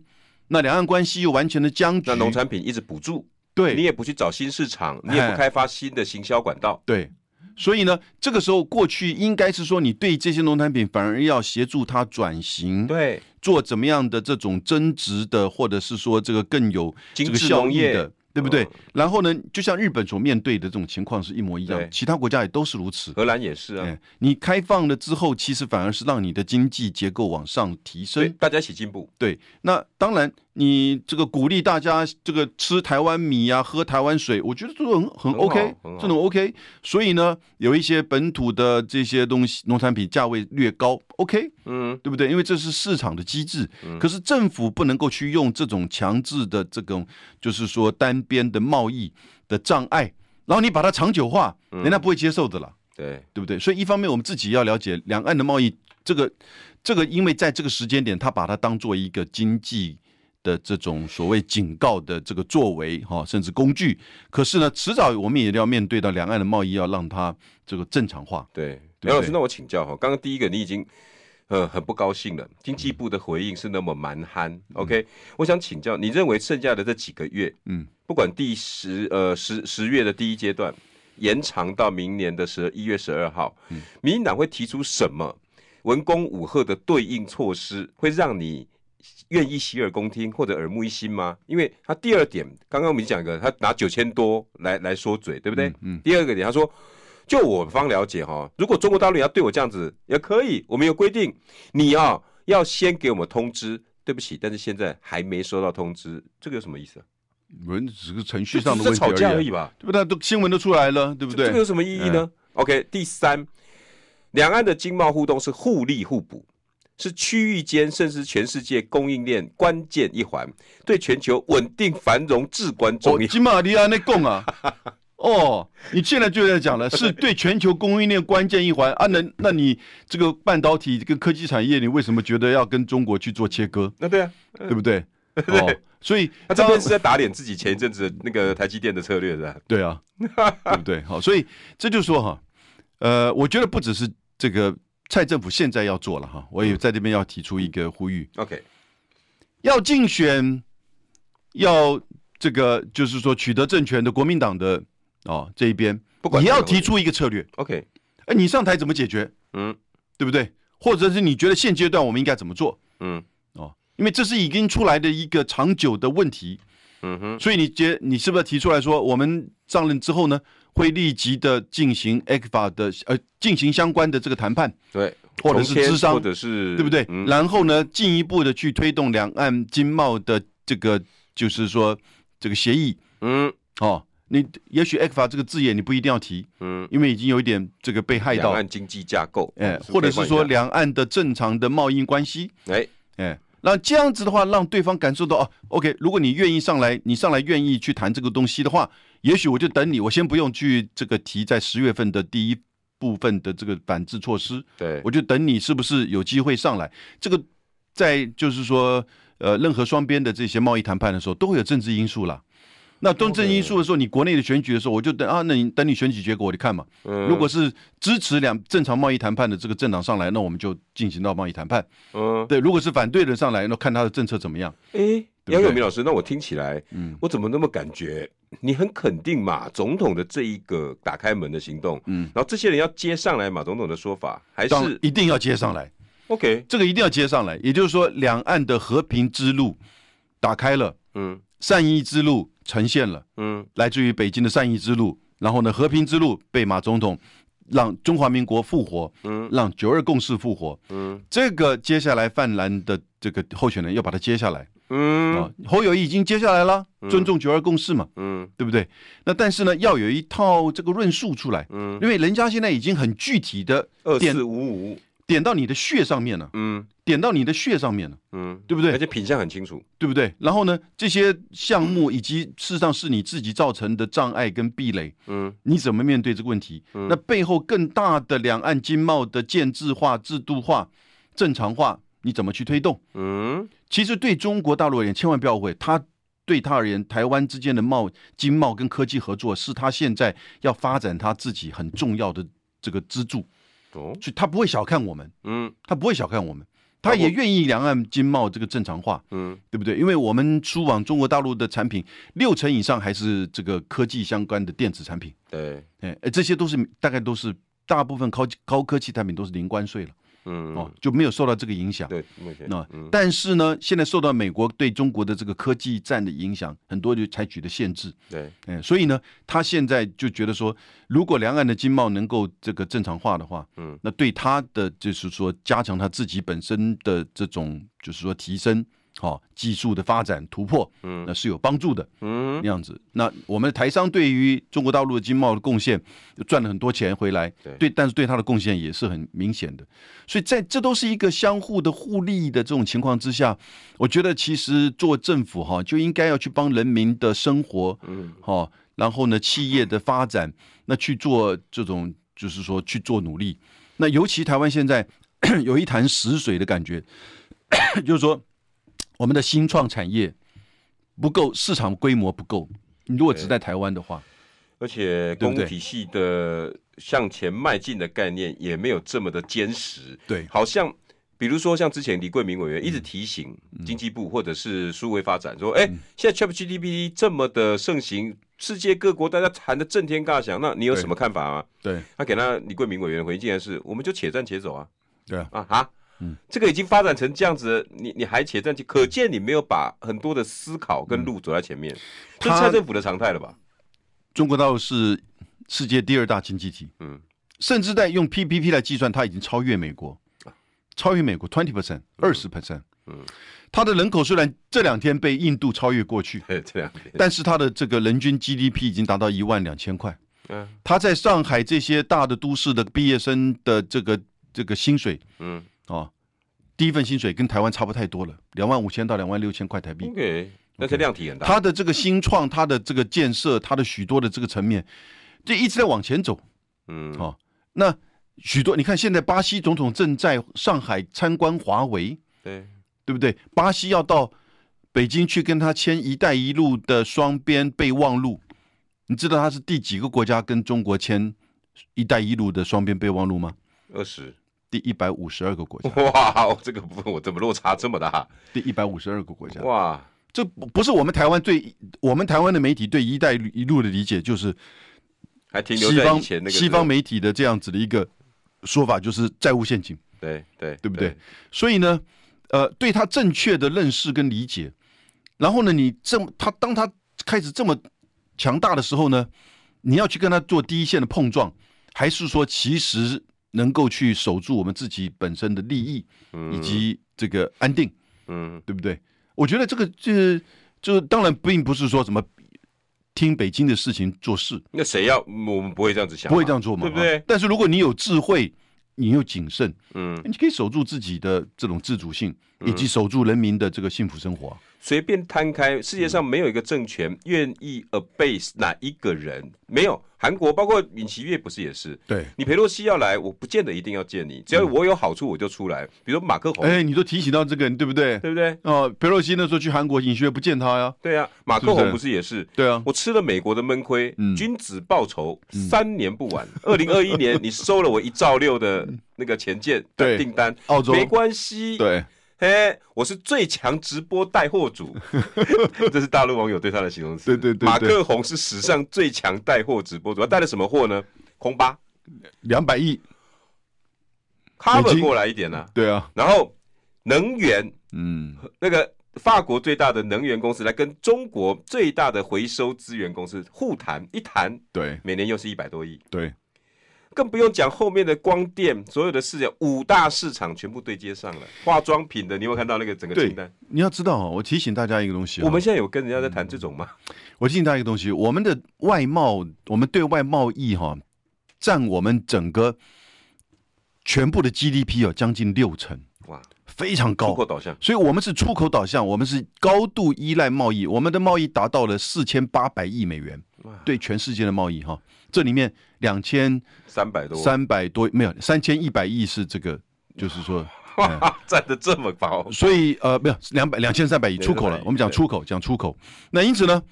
Speaker 2: 那两岸关系又完全的僵局。
Speaker 1: 那农产品一直补助，你
Speaker 2: 对哎
Speaker 1: 也不去找新市场，你也不开发新的行销管道，
Speaker 2: 对，所以呢，这个时候过去应该是说，你对这些农产品反而要协助它转型，
Speaker 1: 对，
Speaker 2: 做怎么样的这种增值的，或者是说这个更有这
Speaker 1: 精
Speaker 2: 个
Speaker 1: 致
Speaker 2: 效
Speaker 1: 农
Speaker 2: 益
Speaker 1: 业
Speaker 2: 的。对不对
Speaker 1: 嗯？
Speaker 2: 然后呢，就像日本所面对的这种情况是一模一样
Speaker 1: 对，
Speaker 2: 其他国家也都是如此。
Speaker 1: 荷兰也是啊，
Speaker 2: 哎，你开放了之后，其实反而是让你的经济结构往上提
Speaker 1: 所以
Speaker 2: 升。
Speaker 1: 大家一起进步，
Speaker 2: 对，那当然，你这个鼓励大家这个吃台湾米啊，喝台湾水，我觉得这种
Speaker 1: 很
Speaker 2: 很很
Speaker 1: 好
Speaker 2: OK，
Speaker 1: 很好
Speaker 2: 这种 OK。所以呢，有一些本土的这些东西，农产品价位略高，OK，
Speaker 1: 嗯，
Speaker 2: 对不对？因为这是市场的机制。可是政府不能够去用这种强制的这种，就是说单边的贸易的障碍，然后你把它长久化，人
Speaker 1: 嗯
Speaker 2: 家不会接受的啦。
Speaker 1: 对，
Speaker 2: 对不对？所以一方面我们自己要了解两岸的贸易，这个这个，因为在这个时间点，他把它当做一个经济的这种所谓警告的这个作为哈、甚至工具。可是呢，迟早我们也要面对到两岸的贸易要让它这个正常化。
Speaker 1: 对，
Speaker 2: 对
Speaker 1: 梁老
Speaker 2: 对
Speaker 1: 师，那我请教哈，刚刚第一个你已经呃很不高兴了，经济部的回应是那么蛮憨、o k 我想请教，你认为剩下的这几个月，
Speaker 2: 嗯，
Speaker 1: 不管第十呃十十月的第一阶段延长到明年的十一月十二号，
Speaker 2: 嗯
Speaker 1: 民进党会提出什么文攻武赫的对应措施，会让你？愿意洗耳恭听或者耳目一新吗？因为他第二点，刚刚我们已经讲一个，他拿九千多来来说嘴，对不对？
Speaker 2: 嗯
Speaker 1: 第二个点，他说就我方了解哈，如果中国大陆要对我这样子也可以，我们有规定，你啊要先给我们通知。对不起，但是现在还没收到通知，这个有什么意思、啊？
Speaker 2: 我们只是程序
Speaker 1: 就
Speaker 2: 上
Speaker 1: 只
Speaker 2: 的
Speaker 1: 是
Speaker 2: 问
Speaker 1: 在
Speaker 2: 题
Speaker 1: 吵架
Speaker 2: 而
Speaker 1: 而
Speaker 2: 已
Speaker 1: 已
Speaker 2: 啊，
Speaker 1: 吧，
Speaker 2: 对不对？都新闻都出来了，对不哎
Speaker 1: 这个有
Speaker 2: 对？
Speaker 1: 什么意义呢、o k 第三，两岸的经贸互动是互利互补，是区域间甚至全世界供应链关键一环，对全球稳定繁荣至关重
Speaker 2: 哦，
Speaker 1: 要。
Speaker 2: 金马利亚那供 啊。哦，你现在就在讲了，是对全球供应链关键一环啊。那那你这个半导体跟科技产业，你为什么觉得要跟中国去做切割，
Speaker 1: 那对啊，
Speaker 2: 对 不对？哦，所以
Speaker 1: 那这边
Speaker 2: 当
Speaker 1: 是在打脸自己前一阵子的那个台积电的策略是吧？
Speaker 2: 对啊，对不对？好，所以这就说哈，呃，我觉得不只是这个蔡政府现在要做了哈，我也在这边要提出一个呼吁，
Speaker 1: OK，
Speaker 2: 要竞选，要这个就是说取得政权的国民党的哦这一边，
Speaker 1: 不管
Speaker 2: 你要
Speaker 1: 哪个
Speaker 2: 提出一个策略。
Speaker 1: OK，
Speaker 2: 哎，你上台怎么解决？
Speaker 1: 嗯
Speaker 2: 对不对？或者是你觉得现阶段我们应该怎么做
Speaker 1: 嗯
Speaker 2: 哦？因为这是已经出来的一个长久的问题，
Speaker 1: 嗯哼，
Speaker 2: 所以你觉你是不是提出来说，我们上任之后呢，会立即的进行 ECFA 的呃进行相关的这个谈判，
Speaker 1: 对，
Speaker 2: 或者是
Speaker 1: 重签
Speaker 2: 智商
Speaker 1: 或者是
Speaker 2: 对不对？
Speaker 1: 嗯
Speaker 2: 然后呢，进一步的去推动两岸经贸的这个就是说这个协议
Speaker 1: 嗯
Speaker 2: 哦。你也许 ECFA 这个字眼你不一定要提，
Speaker 1: 嗯，
Speaker 2: 因为已经有一点这个被害
Speaker 1: 两
Speaker 2: 到，
Speaker 1: 岸经济架构，
Speaker 2: 哎，
Speaker 1: 不
Speaker 2: 或者是
Speaker 1: 可以
Speaker 2: 说
Speaker 1: 换一下，
Speaker 2: 两岸的正常的贸易关系，
Speaker 1: 哎，
Speaker 2: 哎，那这样子的话，让对方感受到哦，OK，如果你愿意上来，你上来愿意去谈这个东西的话，也许我就等你，我先不用去这个提在十月份的第一部分的这个反制措施，
Speaker 1: 对，
Speaker 2: 我就等你是不是有机会上来。这个在就是说，呃，任何双边的这些贸易谈判的时候，都会有政治因素啦。那政治因素的时候，你国内的选举的时候，我就等啊，那你等你选举结果，你看嘛。
Speaker 1: 嗯
Speaker 2: 如果是支持两正常贸易谈判的这个政党上来，那我们就进行到贸易谈判。
Speaker 1: 嗯，
Speaker 2: 对，如果是反对的上来，那看他的政策怎么样。
Speaker 1: 哎，
Speaker 2: 对
Speaker 1: 杨永明老师，那我听起来，
Speaker 2: 嗯
Speaker 1: 我怎么那么感觉你很肯定马总统的这一个打开门的行动，
Speaker 2: 嗯，
Speaker 1: 然后这些人要接上来马总统的说法，还
Speaker 2: 当
Speaker 1: 是
Speaker 2: 一定要接上来，
Speaker 1: OK？
Speaker 2: 这个一定要接上来。也就是说，两岸的和平之路打开了，
Speaker 1: 嗯
Speaker 2: 善意之路呈现了。
Speaker 1: 嗯
Speaker 2: 来自于北京的善意之路，然后呢，和平之路被马总统让中华民国复活，
Speaker 1: 嗯
Speaker 2: 让九二共识复活。
Speaker 1: 嗯
Speaker 2: 这个接下来泛蓝的这个候选人要把它接下来啊
Speaker 1: 嗯，
Speaker 2: 侯友谊已经接下来了，尊重九二共识嘛，
Speaker 1: 嗯
Speaker 2: 对不对？那但是呢，要有一套这个论述出来，
Speaker 1: 嗯，
Speaker 2: 因为人家现在已经很具体的
Speaker 1: 二
Speaker 2: 点
Speaker 1: 四五五，
Speaker 2: 点到你的穴上面了，
Speaker 1: 嗯
Speaker 2: 点到你的穴上面了，
Speaker 1: 嗯，
Speaker 2: 对不对
Speaker 1: 而？且品相很清楚，
Speaker 2: 对不对？然后呢，这些项目以及事实上是你自己造成的障碍跟壁垒，
Speaker 1: 嗯
Speaker 2: 你怎么面对这个问题？那背后更大的两岸经贸的建制化、制度化、正常化，你怎么去推动？
Speaker 1: 嗯
Speaker 2: 其实对中国大陆而言，千万不要误会，他对他而言，台湾之间的贸经贸跟科技合作是他现在要发展他自己很重要的这个支柱，
Speaker 1: 哦
Speaker 2: 所以他不会小看我们，
Speaker 1: 嗯
Speaker 2: 他不会小看我们，他也愿意两岸经贸这个正常化。
Speaker 1: 嗯
Speaker 2: 对不对？因为我们出往中国大陆的产品，六成以上还是这个科技相关的电子产品。
Speaker 1: 对，
Speaker 2: 哎，呃这些都是大概都是大部分高高科技产品都是零关税了
Speaker 1: 嗯
Speaker 2: 哦，就没有受到这个影响。
Speaker 1: 对，目前
Speaker 2: 那
Speaker 1: 嗯
Speaker 2: 但是呢，现在受到美国对中国的这个科技战的影响，很多就采取的限制，
Speaker 1: 对，
Speaker 2: 哎，所以呢，他现在就觉得说，如果两岸的经贸能够这个正常化的话，
Speaker 1: 嗯，
Speaker 2: 那对他的就是说加强他自己本身的这种就是说提升，哦，技术的发展突破，
Speaker 1: 嗯
Speaker 2: 那是有帮助的。
Speaker 1: 嗯
Speaker 2: 那样子。那我们台商对于中国大陆的经贸的贡献，赚了很多钱回来
Speaker 1: 对，
Speaker 2: 对，但是对他的贡献也是很明显的。所以在这都是一个相互的互利的这种情况之下，我觉得其实做政府哈就应该要去帮人民的生活
Speaker 1: 嗯
Speaker 2: 哈，然后呢企业的发展，那去做这种就是说去做努力。那尤其台湾现在 有一潭死水的感觉， 就是说我们的新创产业不够，市场规模不够。你如果只在台湾的话，
Speaker 1: 而且
Speaker 2: 对
Speaker 1: 公
Speaker 2: 不
Speaker 1: 务
Speaker 2: 对
Speaker 1: 体系的向前迈进的概念也没有这么的坚实，
Speaker 2: 对
Speaker 1: 好像比如说像之前李桂明委员一直提醒
Speaker 2: 嗯
Speaker 1: 经济部或者是数位发展说，哎、现在 ChatGPT 这么的盛行，世界各国大家谈的震天尬响，那你有
Speaker 2: 对
Speaker 1: 什么看法吗？
Speaker 2: 对
Speaker 1: 他给他李桂明委员的回应竟然是，我们就且战且走啊
Speaker 2: 对啊，
Speaker 1: 啊哈。这个已经发展成这样子了，你你还且战且，可见你没有把很多的思考跟路走在前面，这是
Speaker 2: 嗯他
Speaker 1: 蔡政府的常态了吧？
Speaker 2: 中国大陆是世界第二大经济体，
Speaker 1: 嗯，
Speaker 2: 甚至在用 PPP 来计算，它已经超越美国，超越美国 twenty percent 二十 percent，
Speaker 1: 嗯，
Speaker 2: 它的人口虽然这两天被印度超越过去，
Speaker 1: 对，这两天，
Speaker 2: 但是它的这个人均 GDP 已经达到一万两千块。
Speaker 1: 嗯
Speaker 2: 他在上海这些大的都市的毕业生的这个这个薪水
Speaker 1: 嗯
Speaker 2: 啊、哦，第一份薪水跟台湾差不太多了，两万五千到两万六千块台币。
Speaker 1: ，OK，但是量体很大，
Speaker 2: 他的这个新创，他的这个建设，他的许多的这个层面，就一直在往前走。
Speaker 1: 嗯
Speaker 2: 哦那许多，你看现在巴西总统正在上海参观华为，
Speaker 1: 对，
Speaker 2: 对不对？巴西要到北京去跟他签“一带一路”的双边备忘录，你知道他是第几个国家跟中国签“一带一路”的双边备忘录吗？
Speaker 1: 二十，
Speaker 2: 第一百五十二个国
Speaker 1: 哦
Speaker 2: 家，
Speaker 1: 哇，这个部分我怎么落差这么大？
Speaker 2: 第一百五十二个国家，
Speaker 1: 哇，
Speaker 2: 这不不是我们台湾对我们台湾的媒体对“一带一路”的理解，就是
Speaker 1: 还停留
Speaker 2: 西
Speaker 1: 在以
Speaker 2: 方
Speaker 1: 前那个
Speaker 2: 西方媒体的这样子的一个说法，就是债务陷阱。
Speaker 1: 对对
Speaker 2: 对不对？？所以呢，呃，对他正确的认识跟理解，然后呢，你这么他当他开始这么强大的时候呢，你要去跟他做第一线的碰撞，还是说其实能够去守住我们自己本身的利益以及这个安定，
Speaker 1: 嗯
Speaker 2: 对不对？我觉得这个这这当然并不是说什么听北京的事情做事，
Speaker 1: 那谁要我们不会这样子想，
Speaker 2: 不会这样做嘛，
Speaker 1: 对不对
Speaker 2: 啊？但是如果你有智慧，你又谨慎，
Speaker 1: 嗯，
Speaker 2: 你可以守住自己的这种自主性，以及守住人民的这个幸福生活啊。
Speaker 1: 随便摊开，世界上没有一个政权愿意 abase 哪一个人，没有。韩国包括尹锡悦不是也是？
Speaker 2: 对，
Speaker 1: 你佩洛西要来，我不见得一定要见你，只要我有好处我就出来。比如说马克宏，
Speaker 2: 哎，你都提醒到这个，对不对？
Speaker 1: 对不对？
Speaker 2: 哦，佩洛西那时候去韩国，尹学不见他呀。
Speaker 1: 对啊，马克
Speaker 2: 是不
Speaker 1: 宏
Speaker 2: 是
Speaker 1: 不是也是？
Speaker 2: 对啊，
Speaker 1: 我吃了美国的闷亏，
Speaker 2: 嗯
Speaker 1: 君子报仇，三年不晚。二零二一 年，你收了我一兆六的那个钱件
Speaker 2: 对
Speaker 1: 订单，
Speaker 2: 澳洲
Speaker 1: 没关系。
Speaker 2: 对，
Speaker 1: 嘿，我是最强直播带货 主，这是大陆网友对他的形容词。
Speaker 2: 对对对对
Speaker 1: 马克宏是史上最强带货直播主，他带了什么货呢？空巴
Speaker 2: 两百亿，美
Speaker 1: cover
Speaker 2: 金
Speaker 1: 过来一点呢、啊，
Speaker 2: 对啊，
Speaker 1: 然后能源
Speaker 2: 嗯，
Speaker 1: 那个法国最大的能源公司来跟中国最大的回收资源公司互谈，一谈
Speaker 2: 对
Speaker 1: 每年又是一百多亿，
Speaker 2: 对，
Speaker 1: 更不用讲后面的光电所有的市场，五大市场全部对接上了。化妆品的，你有没有看到那个整个
Speaker 2: 对
Speaker 1: 清单？
Speaker 2: 你要知道啊，我提醒大家一个东西啊，
Speaker 1: 我们现在有跟人家在谈这种吗？
Speaker 2: 我提醒大家一个东西，我们的外贸，我们对外贸易哈、占我们整个全部的 GDP 哦，将近六成，
Speaker 1: 哇，
Speaker 2: 非常
Speaker 1: 出
Speaker 2: 嗯高
Speaker 1: 口。导向。
Speaker 2: 所以，我们是出口导向，我们是高度依赖贸易，我们的贸易达到了四千八百亿美元
Speaker 1: 哇，
Speaker 2: 对全世界的贸易哈、这里面两千
Speaker 1: 三百多，
Speaker 2: 三百多没有三千一百亿是这个，就是说，哎
Speaker 1: 哇， 站得这么高，
Speaker 2: 所以呃，没有两百两千三百亿
Speaker 1: 对
Speaker 2: 出口了
Speaker 1: 200亿，
Speaker 2: 我们讲出口，讲出口。那因此呢，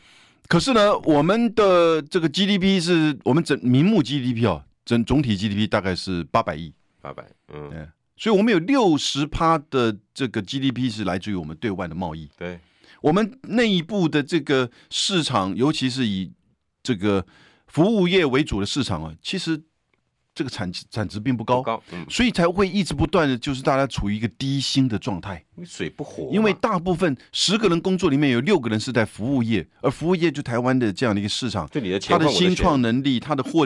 Speaker 2: 可是呢，我们的这个 GDP 是我们整名目 GDP 哦，整总体 GDP 大概是八百亿，
Speaker 1: 八百，嗯，
Speaker 2: 嗯，所以我们有六十趴的这个 GDP 是来自于我们对外的贸易。
Speaker 1: 对，
Speaker 2: 我们内部的这个市场，尤其是以这个服务业为主的市场啊，其实这个产产值并不高，
Speaker 1: 不高，嗯，
Speaker 2: 所以才会一直不断的，就是大家处于一个低薪的状态。
Speaker 1: 因为水不火嘛，
Speaker 2: 因为大部分十个人工作里面有六个人是在服务业，而服务业就台湾的这样的一个市场，
Speaker 1: 对你的钱换
Speaker 2: 它的
Speaker 1: 我的
Speaker 2: 新
Speaker 1: 钱，
Speaker 2: 创能力、它的获